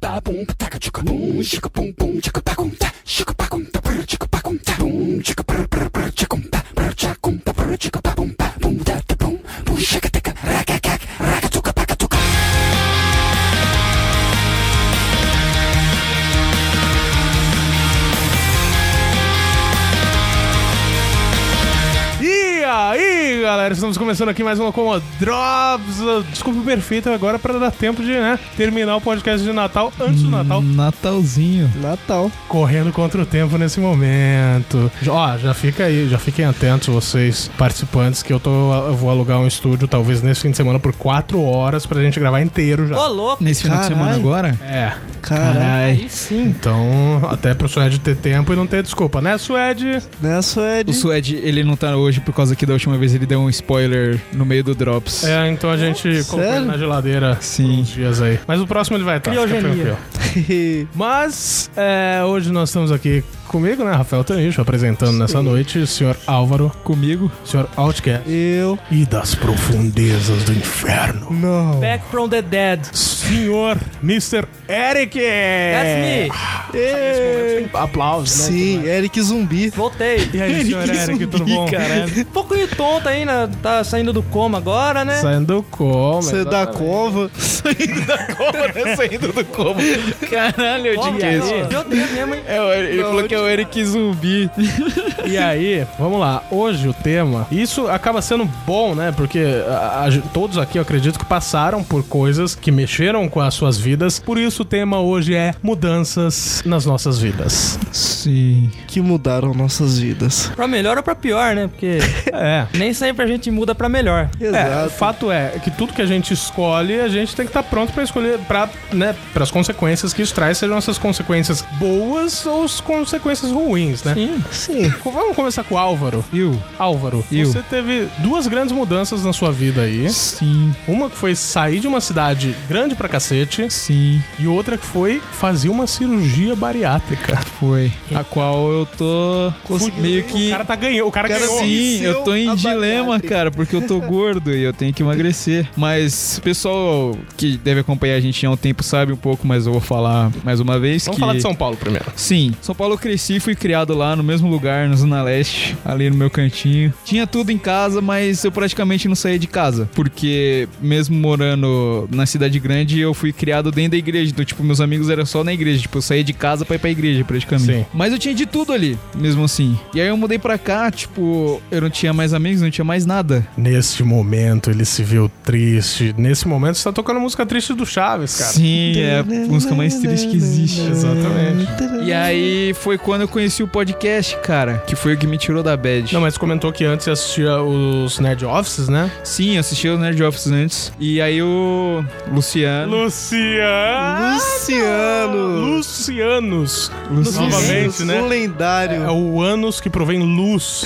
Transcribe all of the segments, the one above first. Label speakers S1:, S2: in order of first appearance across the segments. S1: tá, bum, taca, tchuca, bum, tchuca, bum, bum, tchuca, pacum, tá, tchuca, pacum, tá, brr, tchuca, pacum, tá, bum, tchuca, brr, brr, brr, tchacum, tá, brr, tchacum, tá, brr, tchuca, pacum, tá, bum, tá, tá, bum, bum, tchaca, taca, raca, caca, raca, tchuca, paca, tchuca.
S2: E aí, galera, estamos começando aqui mais uma Coma Drops. Desculpa o perfeito agora para dar tempo de né, terminar o podcast de Natal antes do Natal.
S3: Natalzinho.
S4: Natal.
S2: Correndo contra o tempo nesse momento. Já- Ó, já fica aí, já fiquem atentos vocês, participantes, que eu, tô, eu vou alugar um estúdio talvez nesse fim de semana por quatro horas pra gente gravar inteiro já.
S5: Ô, louco!
S3: Nesse final de
S4: Carai.
S3: semana agora?
S2: É,
S4: Caralho.
S5: Aí sim.
S2: então até pro Suede ter tempo e não ter desculpa, né, Suede?
S4: Nessa é de...
S3: O Suede, ele não tá hoje por causa que da última vez ele deu um spoiler no meio do Drops.
S2: É, então a gente colocou ele
S4: sério?
S2: na geladeira
S3: Sim.
S2: uns dias aí. Mas o próximo ele vai estar, fica
S5: Criogenia.
S2: tranquilo. Mas é, hoje nós estamos aqui comigo, né, Rafael Tanicho, apresentando nessa noite o senhor Álvaro,
S3: Comigo.
S2: o senhor Outcast
S4: Eu.
S2: e das profundezas do inferno.
S4: Não.
S5: Back from the dead.
S2: Senhor Mr. Eric! É.
S5: That's me.
S2: Aplausos, né?
S4: Sim, Eric Zumbi.
S5: Voltei.
S2: E aí, senhor Eric, tudo bom?
S5: Um pouquinho tonto ainda, tá saindo do coma agora, né?
S2: Saindo como?
S4: Você é da cova.
S3: Saindo do como. Caralho, eu
S5: Coma,
S3: tinha isso.
S5: não, Eu tenho mesmo, hein?
S3: É, o- ele falou que é o Eric Zumbi.
S2: E aí, vamos lá. Hoje o tema. Isso acaba sendo bom, né? Porque a- a- todos aqui, eu acredito que passaram por coisas que mexeram com as suas vidas. Por isso o tema hoje é mudanças nas nossas vidas.
S3: Sim.
S4: Que mudaram nossas vidas.
S5: Pra melhor ou pra pior, né? Porque
S2: É.
S5: nem sempre a gente muda pra melhor.
S2: É, o fato é que tudo que a gente escolhe, a gente tem que estar pronto pra escolher, para né, as consequências que isso traz, sejam essas consequências boas ou as consequências ruins, né?
S5: Sim.
S4: Sim.
S2: Vamos começar com o Álvaro.
S3: Eu?
S2: Álvaro,
S3: Eu.
S2: você teve duas grandes mudanças na sua vida aí.
S3: Sim,
S2: Uma que foi sair de uma cidade grande pra cacete
S3: sim,
S2: e outra que foi fazer uma cirurgia bariátrica.
S3: foi. A qual eu tô
S2: Fudido.
S3: meio que.
S2: O cara tá ganhando, o cara,
S4: Cara,
S2: ganhou.
S3: Sim,
S4: Venceu
S3: eu tô em
S4: a
S3: dilema,
S4: bariátrica.
S3: cara, porque eu tô gordo e eu tenho que emagrecer. Mas o pessoal que deve acompanhar a gente há um tempo sabe um pouco, mas eu vou falar mais uma vez
S2: Vamos
S3: que...
S2: falar de São Paulo primeiro.
S3: Sim, São Paulo eu cresci, fui criado lá no mesmo lugar, na Zona Leste, ali no meu cantinho. Tinha tudo em casa, mas eu praticamente não saía de casa, porque mesmo morando na cidade grande, eu fui criado dentro da igreja, então tipo, meus amigos eram só na igreja, tipo, eu saía de casa pra ir pra igreja praticamente.
S2: Sim.
S3: Mas eu tinha de tudo ali, mesmo assim. E aí eu mudei pra cá, tipo, eu não tinha mais amigos, não tinha mais nada.
S2: Neste momento ele se viu triste. Nesse momento você tá tocando música triste do Chaves, cara.
S3: Sim, é a música mais triste que existe.
S2: Exatamente.
S3: E aí foi quando eu conheci o podcast, cara, que foi o que me tirou da bad.
S2: Não, mas comentou que antes você assistia os Nerd Offices, né?
S3: Sim, eu assisti o Nerd Office antes. E aí o Luciano.
S2: Luciano!
S4: Luciano.
S2: Lucianos! Novamente, né?
S4: Um lendário.
S2: É o anos que provém luz.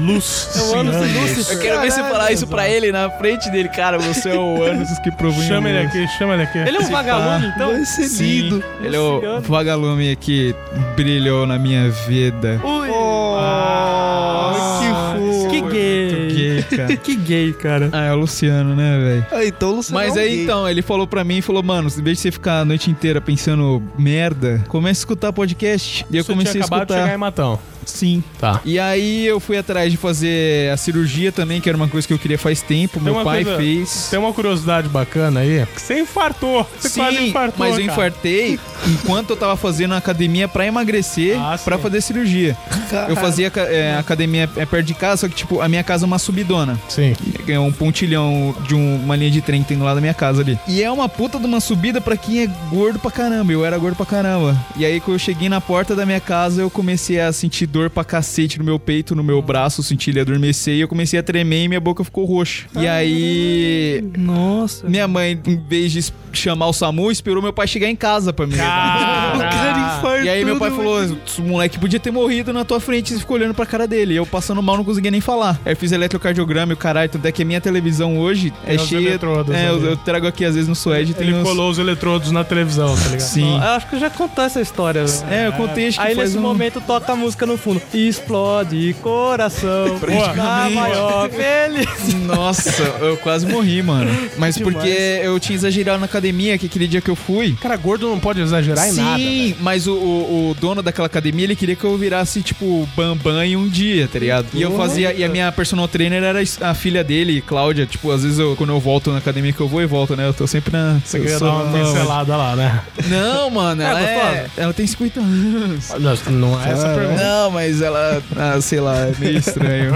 S2: luz.
S5: É o ânus de Lúcifer.
S3: Eu quero ver você
S4: Caralho,
S3: falar isso pra ele na frente dele, cara. Você é o Anos que provou.
S2: Chama ele aqui, chama ele aqui.
S5: Ele é um vagalume, então?
S4: Tá. Vai ser lindo.
S3: Ele é o vagalume que brilhou na minha vida.
S5: Ui.
S4: Oh, que fofo.
S5: que gay.
S3: Gay, cara.
S5: Que gay, cara.
S3: Ah, é o Luciano, né, velho?
S4: Ah, então o Luciano
S3: Mas
S4: é um
S3: aí
S4: gay.
S3: então, ele falou pra mim, falou, mano, em vez de você ficar a noite inteira pensando merda, começa a escutar podcast. E eu
S2: Você
S3: comecei
S2: tinha
S3: a
S2: acabado de
S3: escutar.
S2: chegar em Matão.
S3: Sim.
S2: Tá.
S3: E aí eu fui atrás de fazer a cirurgia também, que era uma coisa que eu queria faz tempo. Meu
S2: uma
S3: pai
S2: coisa-
S3: fez.
S2: Tem uma curiosidade bacana aí. que Você infartou. Você quase
S3: Sim,
S2: infartou.
S3: mas eu
S2: cara.
S3: infartei enquanto eu tava fazendo academia pra emagrecer,
S2: Ah,
S3: pra
S2: sim.
S3: fazer cirurgia.
S4: Caralho.
S3: Eu fazia ca- é, academia é perto de casa, só que tipo, a minha casa é uma subidona.
S2: Sim.
S3: É um pontilhão de um- uma linha de trem que tem do lado da minha casa ali. E é uma puta de uma subida pra quem é gordo pra caramba. Eu era gordo pra caramba. E aí, quando eu cheguei na porta da minha casa, eu comecei a sentir dor pra cacete no meu peito, no meu braço. Eu senti ele adormecer e eu comecei a tremer e minha boca ficou roxa. E aí,
S5: Nossa.
S3: minha mãe, em vez de chamar o SAMU, esperou meu pai chegar em casa pra mim. 아,
S4: O cara infartou.
S2: É
S3: E aí meu pai
S4: no-
S3: falou, esse moleque podia ter morrido na tua frente e ficou olhando pra cara dele. Eu passando mal não conseguia nem falar. Aí eu fiz eletrocardiograma e o caralho, tanto é que a minha televisão hoje é
S2: Tem os
S3: cheia...
S2: eletrodos
S3: É, eu,
S2: ali.
S3: eu trago aqui às vezes no Suede, tem
S2: Ele
S3: uns-
S2: colou os eletrodos na televisão, tá ligado?
S3: Sim.
S5: Eu acho que eu já contou essa história, velho.
S3: É, eu contei acho que
S5: Aí
S3: faz
S5: nesse
S3: um...
S5: momento toca a música no fundo. Explode coração. Na
S3: Praticamente.
S5: maior feliz.
S3: Nossa, eu quase morri, mano. Mas
S2: Demais.
S3: porque eu tinha exagerado na academia, que aquele dia que eu fui.
S2: Cara, gordo não pode exagerar em
S3: Sim,
S2: nada. né? velho.
S3: mas o, o- o dono daquela academia, ele queria que eu virasse, tipo, Bambam em um dia, tá ligado? E eu
S2: Uhum.
S3: fazia, e a minha personal trainer era a filha dele, Cláudia. Tipo, às vezes eu, quando eu volto na academia que eu vou e volto, né? Eu tô sempre na.
S2: Você queria
S3: eu
S2: dar
S3: sou-
S2: uma
S3: não,
S2: pincelada lá, né?
S3: Não, mano, ela é,
S5: gostosa?
S3: Ela tem 50 anos.
S2: Não, não é essa a pergunta.
S3: Não, mas ela. Ah, sei lá, é meio estranho.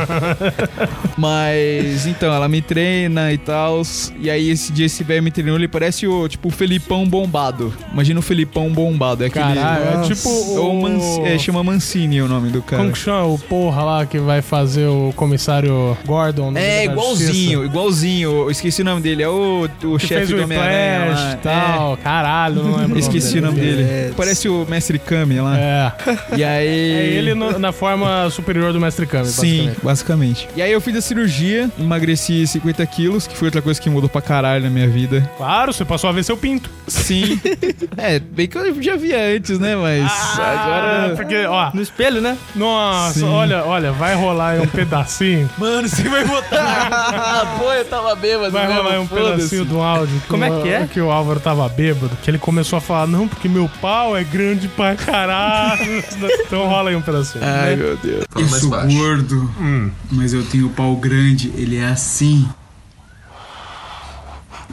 S3: mas então, ela me treina e tal. E aí esse dia esse velho me treinou, ele parece o tipo o Felipão bombado. Imagina o Felipão bombado. É aquele.
S2: Caralho, é
S3: Nossa.
S2: tipo
S3: Ou
S2: o-
S3: Manci- é, chama Mancini o nome do cara.
S2: Como que chama o porra lá que vai fazer o comissário Gordon? no
S3: É,
S2: Liga da
S3: igualzinho,
S2: Justiça?
S3: igualzinho. Eu esqueci o nome dele. É o, o
S2: Que fez
S3: chefe do
S2: o
S3: Homem-Aranha.
S2: Flash
S3: lá.
S2: e tal. Caralho, não
S3: É,
S2: lembro.
S3: Esqueci o nome dele.
S4: É.
S3: Parece o Mestre Kami lá.
S2: É.
S3: E aí.
S2: É ele no- na forma superior do Mestre Kami,
S3: Sim,
S2: basicamente.
S3: basicamente. E aí eu fiz a cirurgia, emagreci 50 quilos, que foi outra coisa que mudou pra caralho na minha vida.
S2: Claro, você passou a ver seu pinto.
S3: Sim. é, bem que eu já via antes, né? Mas
S2: Ah,
S3: agora.
S2: Porque, ó.
S5: No espelho, né?
S2: Nossa,
S3: Sim.
S2: olha, olha, vai rolar aí um pedacinho.
S3: Mano, você vai botar. Pô, eu tava bêbado.
S2: Vai rolar aí um pedacinho do áudio.
S5: Como é
S2: o-
S5: que é?
S2: Que o Álvaro tava bêbado. Que ele começou a falar, não, porque meu pau é grande pra caralho. então rola aí um pedacinho.
S3: Ai, meu Deus.
S6: Eu sou gordo,
S3: Hum.
S6: mas eu tenho pau grande, ele é assim.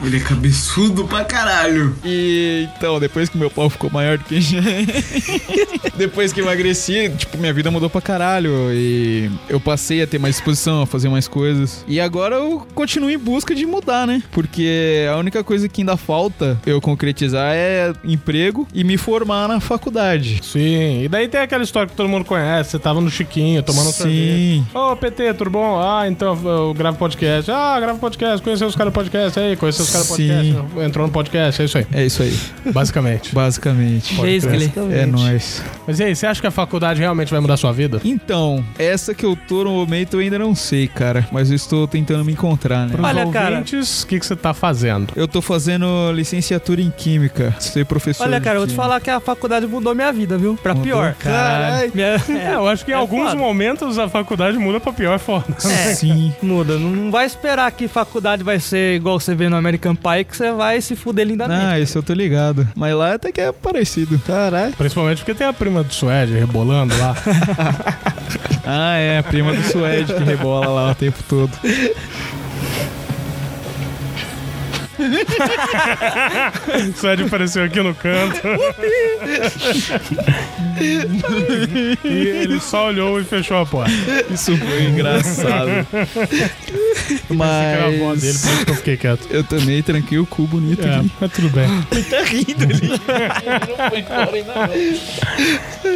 S6: Ele é cabeçudo pra caralho.
S3: E então, depois que meu pau ficou maior do que já. depois que emagreci, tipo, minha vida mudou pra caralho. E eu passei a ter mais disposição, a fazer mais coisas. E agora eu continuo em busca de mudar, né? Porque a única coisa que ainda falta eu concretizar é emprego e me formar na faculdade.
S2: Sim, e daí tem aquela história que todo mundo conhece. Você tava no Chiquinho, tomando um sorvete.
S3: Sim.
S2: Ô, PT, tudo bom? Ah, então eu gravo podcast. Ah, gravo podcast. Conheceu os caras do podcast é aí, conheceu os caras do podcast.
S3: Sim.
S2: Entrou no podcast, é isso aí.
S3: É isso aí,
S2: Basicamente.
S3: basicamente.
S5: Fez que ele.
S3: É nóis.
S2: Mas e aí, você acha que a faculdade realmente vai mudar sua vida?
S3: Então, essa que eu tô no momento eu ainda não sei, cara. Mas eu estou tentando me encontrar, né?
S2: Pros
S5: Olha, cara.
S2: ouvintes, o que, que você tá fazendo?
S3: Eu tô fazendo licenciatura em Química. Sou professor.
S5: Olha,
S3: de
S5: cara, eu vou te
S3: química.
S5: falar que a faculdade mudou minha vida, viu? Pra
S3: Mudou?
S5: pior.
S3: Caralho.
S5: Minha-
S2: É, eu acho que em
S5: É
S2: alguns
S5: foda.
S2: momentos a faculdade muda pra pior foda.
S5: É.
S3: Sim.
S5: Muda, não- não vai esperar que faculdade vai ser igual você vê no American Pie, que você vai se fuder lindamente.
S3: Ah, isso eu tô ligado. Mas lá até que é parecido. Caralho.
S2: Principalmente porque tem a prima do Suede rebolando lá.
S3: Ah, é, a prima do Suede que rebola lá o tempo todo.
S2: o Suede apareceu aqui no canto. e ele só olhou e fechou a porta.
S3: Isso foi engraçado.
S2: Esse que era é a voz dele, por
S3: Mas.
S2: isso que eu fiquei quieto.
S3: Eu também tranquei o cu bonito
S2: É,
S3: aqui.
S2: mas tudo bem.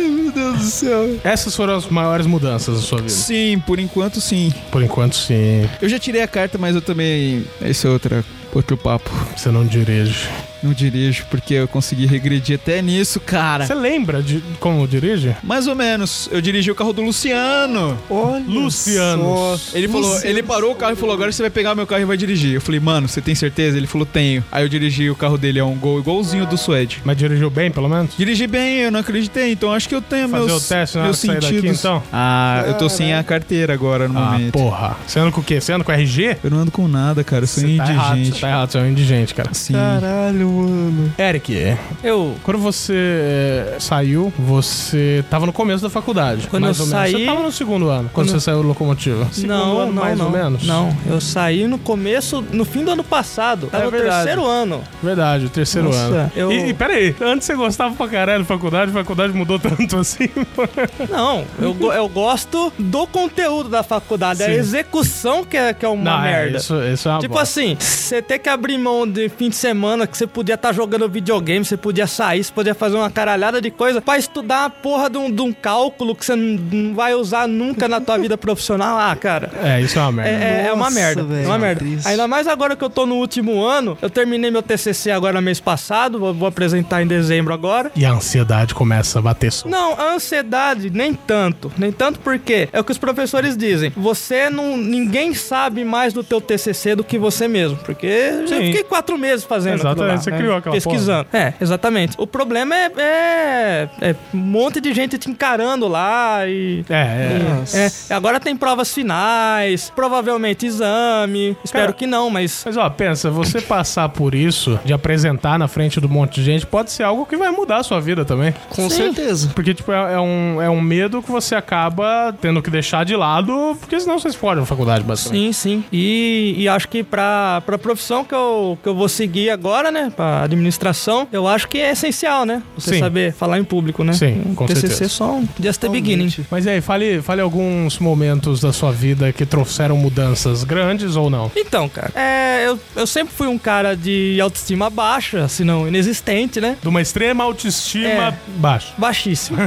S3: Meu Deus do céu.
S2: Essas foram as maiores mudanças na sua vida.
S3: Sim, por enquanto sim.
S2: Por enquanto, sim.
S3: Eu já tirei a carta, mas eu também. Esse é outra, outro papo.
S2: Você não dirige.
S3: Não dirijo, porque eu consegui regredir até nisso, cara.
S2: Você lembra de como dirige?
S3: Mais ou menos. Eu dirigi o carro do Luciano.
S4: Olha
S2: Luciano.
S4: só.
S3: Ele falou,
S4: Luciano.
S3: ele parou o carro e falou: agora você vai pegar meu carro e vai dirigir. Eu falei, mano, você tem certeza? Ele falou, tenho. Aí eu dirigi o carro dele, é um gol igualzinho do Suede.
S2: Mas dirigiu bem, pelo menos?
S3: Dirigi bem, eu não acreditei, então acho que eu tenho
S2: Fazer
S3: meus,
S2: o teste na hora
S3: meus
S2: de sair daqui,
S3: sentidos.
S2: então?
S3: Ah, eu tô sem a carteira agora no
S2: Ah,
S3: momento.
S2: porra. Você anda com o quê? Você anda com RG?
S3: Eu não ando com nada, cara, eu sou
S2: Você tá errado,
S3: indigente.
S2: você tá errado, você é um indigente, cara.
S3: Sim.
S4: Caralho, mano.
S2: Eric,
S5: Eu,
S2: quando você eh, saiu, você tava no começo da faculdade.
S5: Quando
S2: mais
S5: eu
S2: ou menos.
S5: saí-
S2: Você tava no segundo ano, quando,
S5: Quando
S2: você
S5: eu-
S2: saiu do locomotiva. Segundo
S5: não,
S2: ano,
S5: não,
S2: mais
S5: não,
S2: ou menos?
S5: Não, eu saí no começo, no fim do ano passado. Tava no
S2: É verdade.
S5: terceiro ano.
S2: Verdade, o terceiro
S5: Nossa,
S2: ano.
S5: eu-
S2: E, e peraí, antes você gostava pra caralho de faculdade, faculdade mudou tanto assim.
S5: Não, eu, go- eu gosto do conteúdo da faculdade, a
S2: Sim.
S5: execução que é, que é uma
S2: é,
S5: merda.
S2: Isso, isso é uma
S5: Tipo
S2: bosta.
S5: assim, você tem que abrir mão de fim de semana que você podia estar jogando videogame, você podia sair, você podia fazer uma caralhada de coisa pra estudar a porra de um, de um cálculo que você não- não vai usar nunca na tua vida profissional. Ah, cara.
S2: É, isso é uma
S5: É,
S2: merda.
S5: é- é uma
S4: Nossa,
S5: merda.
S4: velho,
S5: é uma merda.
S4: triste.
S5: Ainda mais agora que eu tô no último ano. Eu terminei meu TCC agora mês passado. Vou, vou apresentar em dezembro agora.
S2: E a ansiedade começa a bater só.
S5: Não, a ansiedade nem tanto, nem tanto porque é o que os professores dizem. Você não, ninguém sabe mais do teu TCC do que você mesmo, porque eu
S2: Sim.
S5: fiquei quatro meses fazendo. aquilo
S2: Exatamente,
S5: lá. né?
S2: você você criou aquela
S5: pesquisando. É, exatamente. O problema é, é, é um monte de gente te encarando lá e.
S2: porra. É, é.
S5: É, agora tem provas finais, provavelmente exame. Espero
S2: Cara,
S5: que não, mas.
S2: Mas ó, pensa, você passar por isso, de apresentar na frente do monte de gente, pode ser algo que vai mudar a sua vida também.
S4: Com certeza.
S2: Porque, tipo, é, é um, é um medo que você acaba tendo que deixar de lado, porque senão você explode na faculdade, basicamente.
S5: Sim, sim. E, e acho que pra, pra profissão que eu, que eu vou seguir agora, né? Pra administração, eu acho que é essencial, né? Você
S2: Sim.
S5: saber falar em público, né?
S2: Sim, com
S5: TCC
S2: certeza.
S5: só um just the beginning.
S2: Mas e aí, fale, fale alguns momentos da sua vida que trouxeram mudanças grandes ou não.
S5: Então, cara, é, eu, eu sempre fui um cara de autoestima baixa, se não inexistente, né?
S2: De uma extrema autoestima
S5: É.
S2: baixa.
S5: Baixíssima.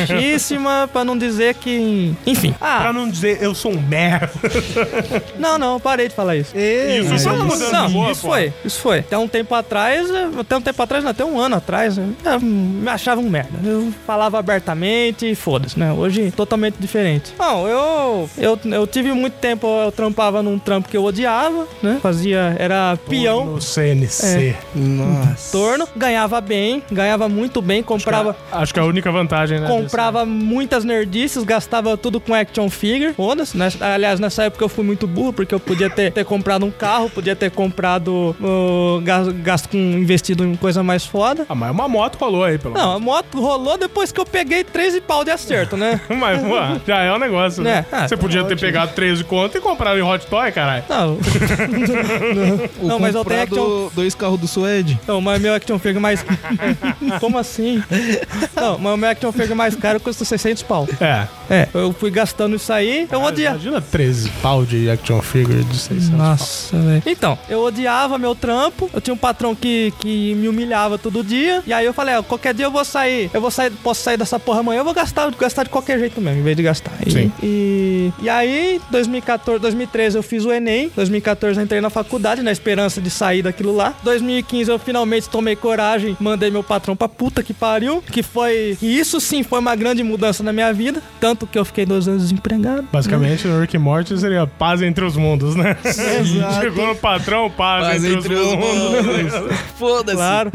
S5: Baixíssima, pra não dizer que. Enfim.
S2: Pra
S5: Ah,
S2: não dizer eu sou um merda.
S5: não, não, parei de falar isso.
S2: Isso,
S4: mas
S2: só uma mudança
S5: Não,
S2: boa,
S5: isso
S2: pô.
S5: foi, isso foi. Até um tempo atrás, eh, até um tempo atrás, não, até um ano atrás, eh, eu me achava um merda. Eu falava abertamente e foda-se, né? Hoje, totalmente diferente. Bom, eu, eu, eu tive muito tempo, eu trampava num trampo que eu odiava, né? Fazia, era peão.
S2: No
S5: É,
S2: CNC.
S4: Nossa.
S5: Torno, ganhava bem, ganhava muito bem, comprava,
S2: Acho que é a única vantagem, né?
S5: comprava muitas nerdices, gastava tudo com action figure. Foda-se. Nessa- Aliás, nessa época eu fui muito burro, porque eu podia ter, ter comprado um carro, podia ter comprado. uh, gas- gasto com investido em coisa mais foda.
S2: Ah, mas uma moto rolou aí, pelo
S5: Não, a moto rolou depois que eu peguei 13 pau de acerto, né?
S2: menos. Mas, ué, já é um negócio, né?
S5: Né? Ah,
S2: Você podia ter pegado 13 conto e comprado em Hot Toy, caralho.
S5: Não,
S3: O
S5: Não, mas é eu tenho
S3: comprado dois carros do Suede.
S5: não, mas meu action figure mais. Como assim? Não, mas meu action figure mais caro custa 600 pau.
S2: É.
S5: É, eu fui gastando isso aí,
S2: Ah,
S5: eu odiava.
S2: Imagina 13 pau de action figure de 600
S5: Nossa, velho. Então, eu odiava meu trampo. Eu tinha um patrão que, que me humilhava todo dia. E aí eu falei, ó, qualquer dia eu vou sair. Eu vou sair, posso sair dessa porra amanhã. Eu vou gastar, gastar de qualquer jeito mesmo, em vez de gastar. E,
S2: Sim.
S5: E, e aí, 2014, 2013 eu fiz o Enem. 2014 eu entrei na faculdade na esperança de sair daquilo lá. 2015 eu finalmente tomei coragem, mandei meu patrão pra puta que pariu. Que foi. E isso sim foi uma grande mudança na minha vida. Tanto que eu fiquei dois anos desempregado.
S2: Basicamente, o Rick e Morty seria paz entre os mundos, né? Chegou no patrão, paz,
S4: Mas
S2: entre,
S4: entre
S2: os,
S4: os
S2: mundos.
S4: Foda-se.
S5: Claro.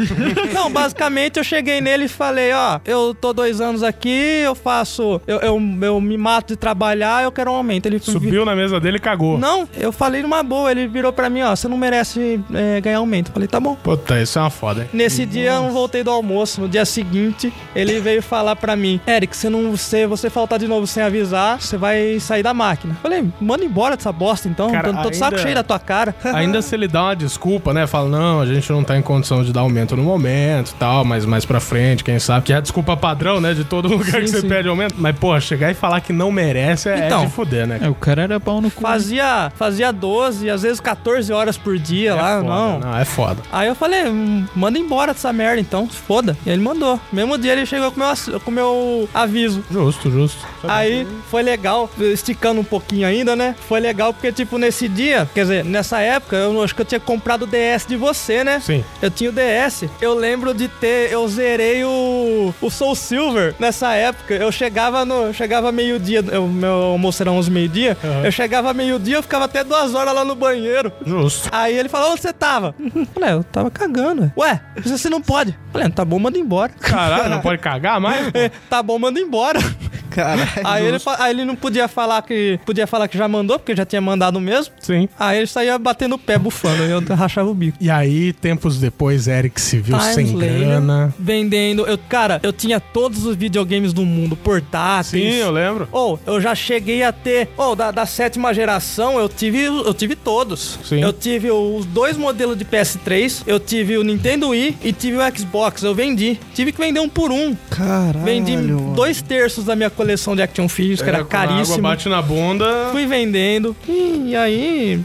S5: Não, basicamente eu cheguei nele e falei, ó, eu tô dois anos aqui, eu faço, eu, eu, eu me mato de trabalhar, eu quero um aumento. Ele
S2: Subiu na mesa dele e cagou.
S5: Não, eu falei numa boa, ele virou pra mim, ó, você não merece é, ganhar aumento. Eu falei, tá bom.
S2: Puta, isso é uma foda, hein?
S5: Nesse dia eu não voltei do almoço. No dia seguinte, ele veio falar pra mim: Eric, você não você, você faltar de novo sem avisar, você vai sair da máquina. Eu Falei, manda embora dessa bosta então.
S2: Cara,
S5: tô tô de saco
S2: ainda-
S5: cheio da tua cara.
S2: Ainda se ele dá uma desculpa, né? Fala, não, a gente não tá em condição de dar aumento no momento e tal, mas mais pra frente, quem sabe. Que é a desculpa padrão, né? De todo lugar que você
S5: sim.
S2: pede aumento. Mas, pô, chegar e falar que não merece é, é
S5: Então.
S2: de fuder, né?
S3: É, o cara era pau no cu. né?
S5: Fazia, fazia 12, às vezes 14 horas por dia
S2: É
S5: lá,
S2: foda,
S5: não.
S2: é foda.
S5: Aí eu falei, "Hum, manda embora dessa merda então, se foda. E ele mandou. Mesmo dia ele chegou com meu ass- com meu aviso.
S2: Justo, justo.
S5: Aí foi legal, esticando um pouquinho ainda, né? Foi legal porque, tipo, nesse dia, quer dizer, nessa época, eu acho que eu tinha comprado o DS de você, né?
S2: Sim.
S5: Eu tinha o DS. Eu lembro de ter. Eu zerei o. O Soul Silver nessa época. Eu chegava no. eu chegava meio-dia. eu- Meu almoço era 11 meio-dia.
S2: Aham.
S5: Eu chegava meio-dia, eu ficava até duas horas lá no banheiro.
S2: Justo.
S5: Aí ele falou, onde você tava? Eu falei, "Ah, eu tava cagando. Ué, você você não pode. Eu falei, tá bom, manda embora.
S2: Caralho, não pode cagar mais? pô?
S5: É, tá bom, manda embora.
S2: É
S4: Caralho.
S5: Aí ele, fa- aí ele não podia falar que podia falar que já mandou, porque já tinha mandado mesmo.
S2: Sim.
S5: Aí ele saía batendo o pé, bufando, eu rachava o bico.
S2: E aí, tempos depois, Eric se viu
S5: Times
S2: sem
S5: later.
S2: grana.
S5: Vendendo, eu, cara, eu tinha todos os videogames do mundo,
S2: Sim,
S5: portáteis.
S2: eu lembro.
S5: Ou eu já cheguei a ter, ou da, da sétima geração, eu tive, eu tive todos.
S2: Sim.
S5: Eu tive os dois modelos de PS3, eu tive o Nintendo Wii e tive o Xbox. Eu vendi. Tive que vender um por um.
S4: Caralho.
S5: Vendi
S4: mano.
S5: dois terços da minha coleção de action figures, que
S2: É,
S5: era
S2: quando a Água
S5: caríssimo.
S2: bate na bunda.
S5: Fui vendendo. E, e aí.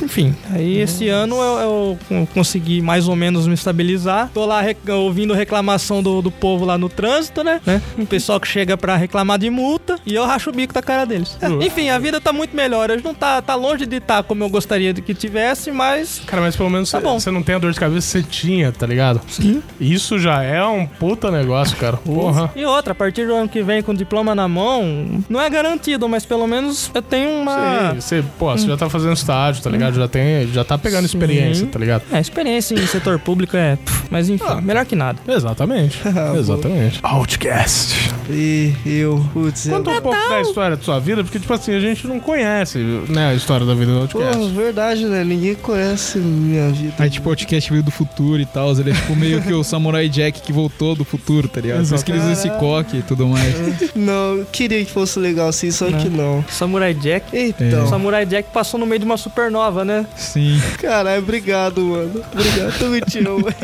S5: Enfim, aí esse ano eu, eu consegui mais ou menos me estabilizar. Tô lá rec- ouvindo reclamação do, do povo lá no trânsito, né? né? O pessoal que chega pra reclamar de multa e eu racho o bico da cara deles. É, enfim, a vida tá muito melhor. Hoje não tá, tá longe de estar como eu gostaria de que tivesse, mas.
S2: Cara, mas pelo menos
S5: Tá
S2: você-
S5: bom.
S2: você não tem a dor de cabeça que você tinha, tá ligado?
S5: Sim.
S2: Isso já é um puta negócio, cara. Porra.
S5: E outra, a partir do ano que vem com o diploma na mão, não é garantido, mas pelo menos eu tenho uma.
S2: Sim, você, pô, você já tá fazendo estágio, tá ligado? ligado? Já, tem, já tá pegando
S5: Sim.
S2: experiência, tá ligado?
S5: É, experiência em setor público é. pff, Mas enfim, melhor que nada.
S2: Exatamente. exatamente. Outcast.
S4: E eu, putz, é, eu-
S2: Conta um pouco da história da sua vida, porque, tipo assim, a gente não conhece né, a história da vida do Outcast.
S4: Porra, verdade, né? Ninguém conhece minha vida.
S3: Aí, tipo, o podcast veio do futuro e tal. Ele é tipo meio que o Samurai Jack que voltou do futuro, tá ligado? Por isso que eles usam esse coque e tudo mais.
S4: Não, eu queria que fosse legal assim, só que não.
S5: Samurai Jack.
S4: Então,
S5: O Samurai Jack passou no meio de uma supernova, né?
S3: É, Sim.
S4: caralho, obrigado, mano. Obrigado, tu me tirou, mano.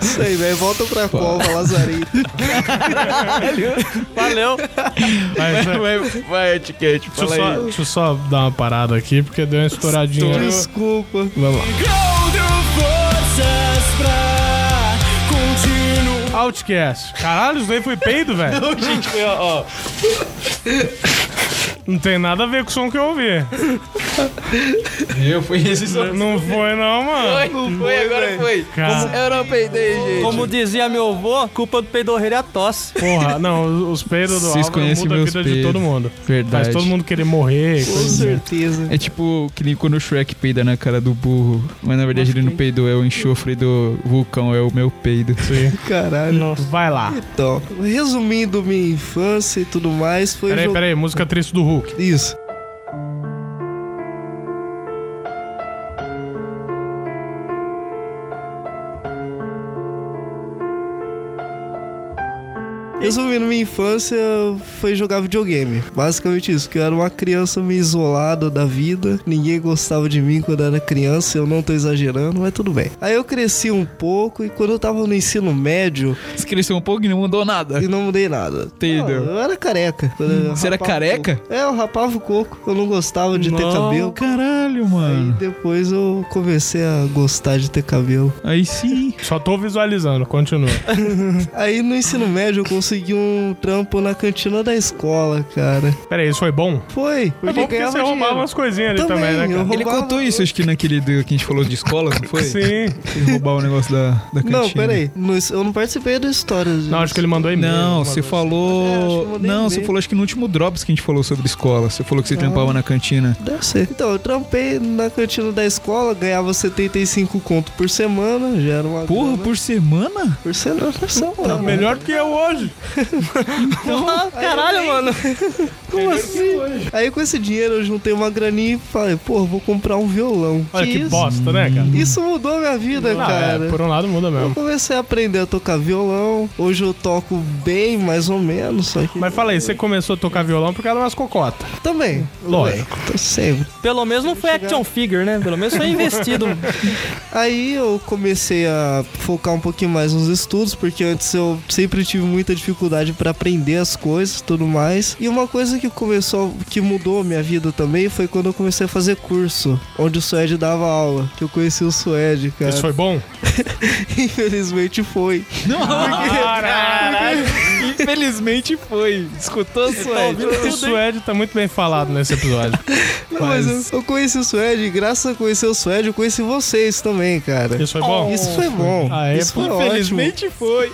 S4: Isso aí, velho. Volta pra cova, Lazarinho.
S5: Valeu.
S2: Mas, né,
S3: Vai, vai, etiquete,
S2: deixa, eu só, deixa eu só dar uma parada aqui, porque deu uma estouradinha.
S4: Desculpa.
S2: Vamos lá. Outcast. Caralho, isso daí foi peido, velho. Não, gente, foi, ó, Não tem nada a ver com o som que eu ouvi.
S3: Eu fui esse só.
S2: Não foi, não, mano.
S4: Não foi, agora foi.
S2: Cara,
S4: Eu não peidei, gente.
S5: Como dizia meu avô, culpa do peidorreiro é a tosse.
S2: porra, não, os peidos do é
S3: Vocês
S2: Álvaro
S3: conhecem
S2: mudam a
S3: meus
S2: vida de
S3: peidos.
S2: todo mundo.
S3: Verdade.
S2: Faz todo mundo querer morrer.
S4: Com
S2: coisa assim.
S4: certeza.
S3: É tipo que nem quando o Shrek peida na cara do burro. Mas na verdade ele não peidou, é o enxofre do vulcão, é o meu peido.
S2: Sim.
S4: Caralho.
S2: Vai lá.
S4: Então, resumindo minha infância e tudo mais, foi
S2: Peraí,
S4: jo-
S2: peraí, música triste do Hulk.
S4: Isso. Resumindo, minha infância foi jogar videogame. Basicamente isso, porque eu era uma criança meio isolada da vida. Ninguém gostava de mim quando eu era criança, eu não tô exagerando, mas tudo bem. Aí eu cresci um pouco e quando eu tava no ensino médio,
S3: Você cresceu um pouco e não mudou nada.
S4: e não mudei nada.
S3: Entendeu?
S4: Não, Eu era careca. Quando eu
S3: Você era
S4: rapava o
S3: careca?
S4: coco. É, eu rapava o coco. Eu não gostava de ter
S5: Não.
S4: cabelo.
S3: Caralho,
S4: Aí
S3: mano.
S4: depois eu comecei a gostar de ter cabelo.
S3: Aí sim.
S2: Só tô visualizando, continua.
S4: Aí no ensino médio eu consegui um trampo na cantina da escola, cara.
S2: Peraí, isso foi bom?
S4: Foi,
S2: É
S4: porque
S2: bom porque
S4: ganhava
S2: você roubava
S4: dinheiro.
S2: umas coisinhas ali também, né,
S4: Também,
S2: cara?
S4: eu
S3: Ele
S4: Roubava-
S3: contou isso, acho que naquele do- que a gente falou de escola, não foi?
S2: Sim.
S3: Ele roubar o negócio da, da cantina.
S4: Não, peraí. No- Eu não participei da história.
S2: Não, acho que ele mandou e-mail.
S3: Não,
S2: Uma
S3: você
S2: vez.
S4: É, acho que
S3: falou.
S4: eu mandei
S3: não, você
S4: e-mail.
S3: falou acho que no último Drops que a gente falou sobre escola. Você falou que você
S4: Ah.
S3: trampava na cantina.
S4: Deve ser. Então, eu trampei na cantina da escola, ganhava 75 conto por semana, já era uma
S3: Porra,
S4: grana.
S3: por semana?
S4: por semana, é por semana.
S2: Tá melhor do que eu hoje.
S5: Ah, Caralho, mano.
S4: Como assim? Aí com esse dinheiro eu juntei uma graninha e falei, pô, vou comprar um violão.
S2: Olha que,
S4: isso?
S2: bosta, né, cara?
S4: Isso mudou minha vida,
S2: Ah,
S4: cara.
S2: é, por um lado muda
S4: Eu
S2: mesmo.
S4: comecei a aprender a tocar violão. Hoje eu toco bem, mais ou menos, só que
S2: Mas fala aí, você começou a tocar violão porque era umas cocotas.
S4: também. é,
S2: Lógico.
S4: Tô sempre.
S5: Pelo menos não foi action figure, né? Pelo menos foi investido.
S4: Aí eu comecei a focar um pouquinho mais nos estudos, porque antes eu sempre tive muita dificuldade pra aprender as coisas, tudo mais. E uma coisa que começou, que mudou a minha vida também, foi quando eu comecei a fazer curso, onde o Suede dava aula, que eu conheci o Suede, cara.
S2: Isso foi bom?
S4: Infelizmente foi.
S2: Caralho! tá
S3: Infelizmente foi. Escutou, Suede?
S2: O Suede tá muito bem falado nesse episódio.
S4: Não, mas eu, eu conheci o Suede, e graças a conhecer o Suede, eu conheci vocês também, cara.
S2: Isso foi bom?
S4: Isso foi bom.
S2: Ah, é?
S4: Isso foi ótimo.
S3: Infelizmente foi.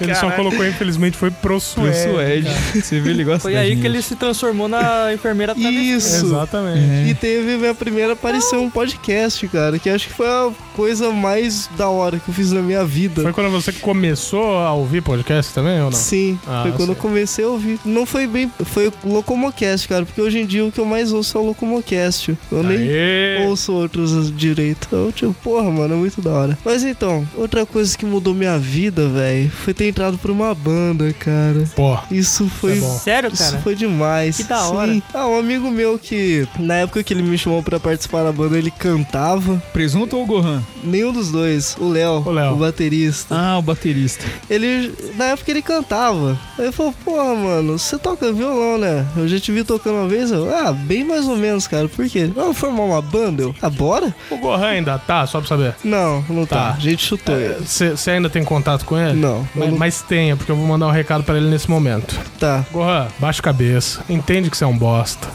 S2: Ele só colocou, infelizmente, foi pro
S3: Pro
S2: Suede.
S3: Suede. Você viu, ele gosta
S5: Foi
S3: da
S5: aí
S3: gente.
S5: que ele se transformou na enfermeira travesti.
S4: Isso.
S2: Exatamente.
S3: É.
S4: E teve minha primeira aparição em um podcast, cara, que acho que foi a coisa mais da hora que eu fiz na minha vida.
S2: Foi quando você começou a ouvir podcast também ou não?
S4: Sim,
S2: Ah,
S4: foi quando
S2: sim.
S4: eu comecei a ouvir. Não foi bem. Foi o Locomocast, cara, porque hoje em dia o que eu mais ouço é o Locomocast. Eu nem
S2: Aê!
S4: ouço outros direito. Eu, tipo, porra, mano, é muito da hora. Mas então, outra coisa que mudou minha vida, velho, foi ter entrado pra uma banda, cara.
S2: Pô,
S4: Isso foi.
S2: Isso é bom.
S5: Sério,
S4: isso
S5: cara?
S4: foi demais.
S5: Que da hora.
S4: Sim. Ah, um amigo meu que, na época que ele me chamou pra participar da banda, ele cantava.
S3: Presunto ou Gohan?
S4: Nenhum dos dois. O Léo,
S2: O Léo.
S4: o baterista.
S3: Ah, o baterista.
S4: Ele, na época ele cantava. Aí ele falou, porra, mano, você toca violão, né? Eu já te vi tocando uma vez. Eu, ah, bem mais ou menos, cara. Por quê? Vamos formar uma banda? Eu, ah, bora?
S2: o Gohan ainda tá, só pra saber.
S4: Não, não tá.
S2: Tá.
S4: A gente chutou ele.
S2: Você ainda tem contato com ele?
S4: Não, eu
S2: Mas,
S4: não
S2: mas tenha, porque eu vou mandar um recado pra ele nesse momento.
S4: tá.
S2: Gohan, baixa a cabeça, entende que você é um bosta.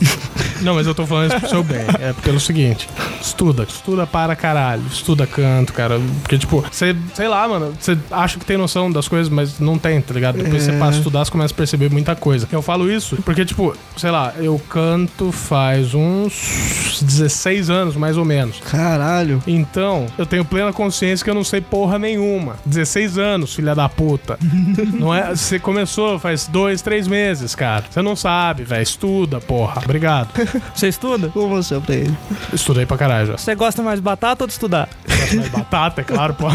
S2: Não, mas eu tô falando isso pro seu bem. É pelo seguinte: estuda, estuda para caralho, estuda canto, cara. Porque, tipo, você, sei lá, mano, você acha que tem noção das coisas, mas não tem, tá ligado? Depois
S4: É.
S2: você passa a estudar, você começa a perceber muita coisa. Eu falo isso porque, tipo, sei lá, eu canto faz uns 16 anos, mais ou menos.
S4: Caralho.
S2: Então, eu tenho plena consciência que eu não sei porra nenhuma. 16 anos, filha da puta. não é? Você começou faz dois, três meses, cara. Você não sabe, velho. Estuda, porra. Obrigado.
S5: Você estuda?
S4: Vou mostrar pra ele.
S2: Estudei pra caralho já.
S5: Você gosta mais de batata ou de estudar?
S2: Mas batata, é claro, pô.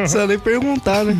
S4: Precisa nem perguntar, né?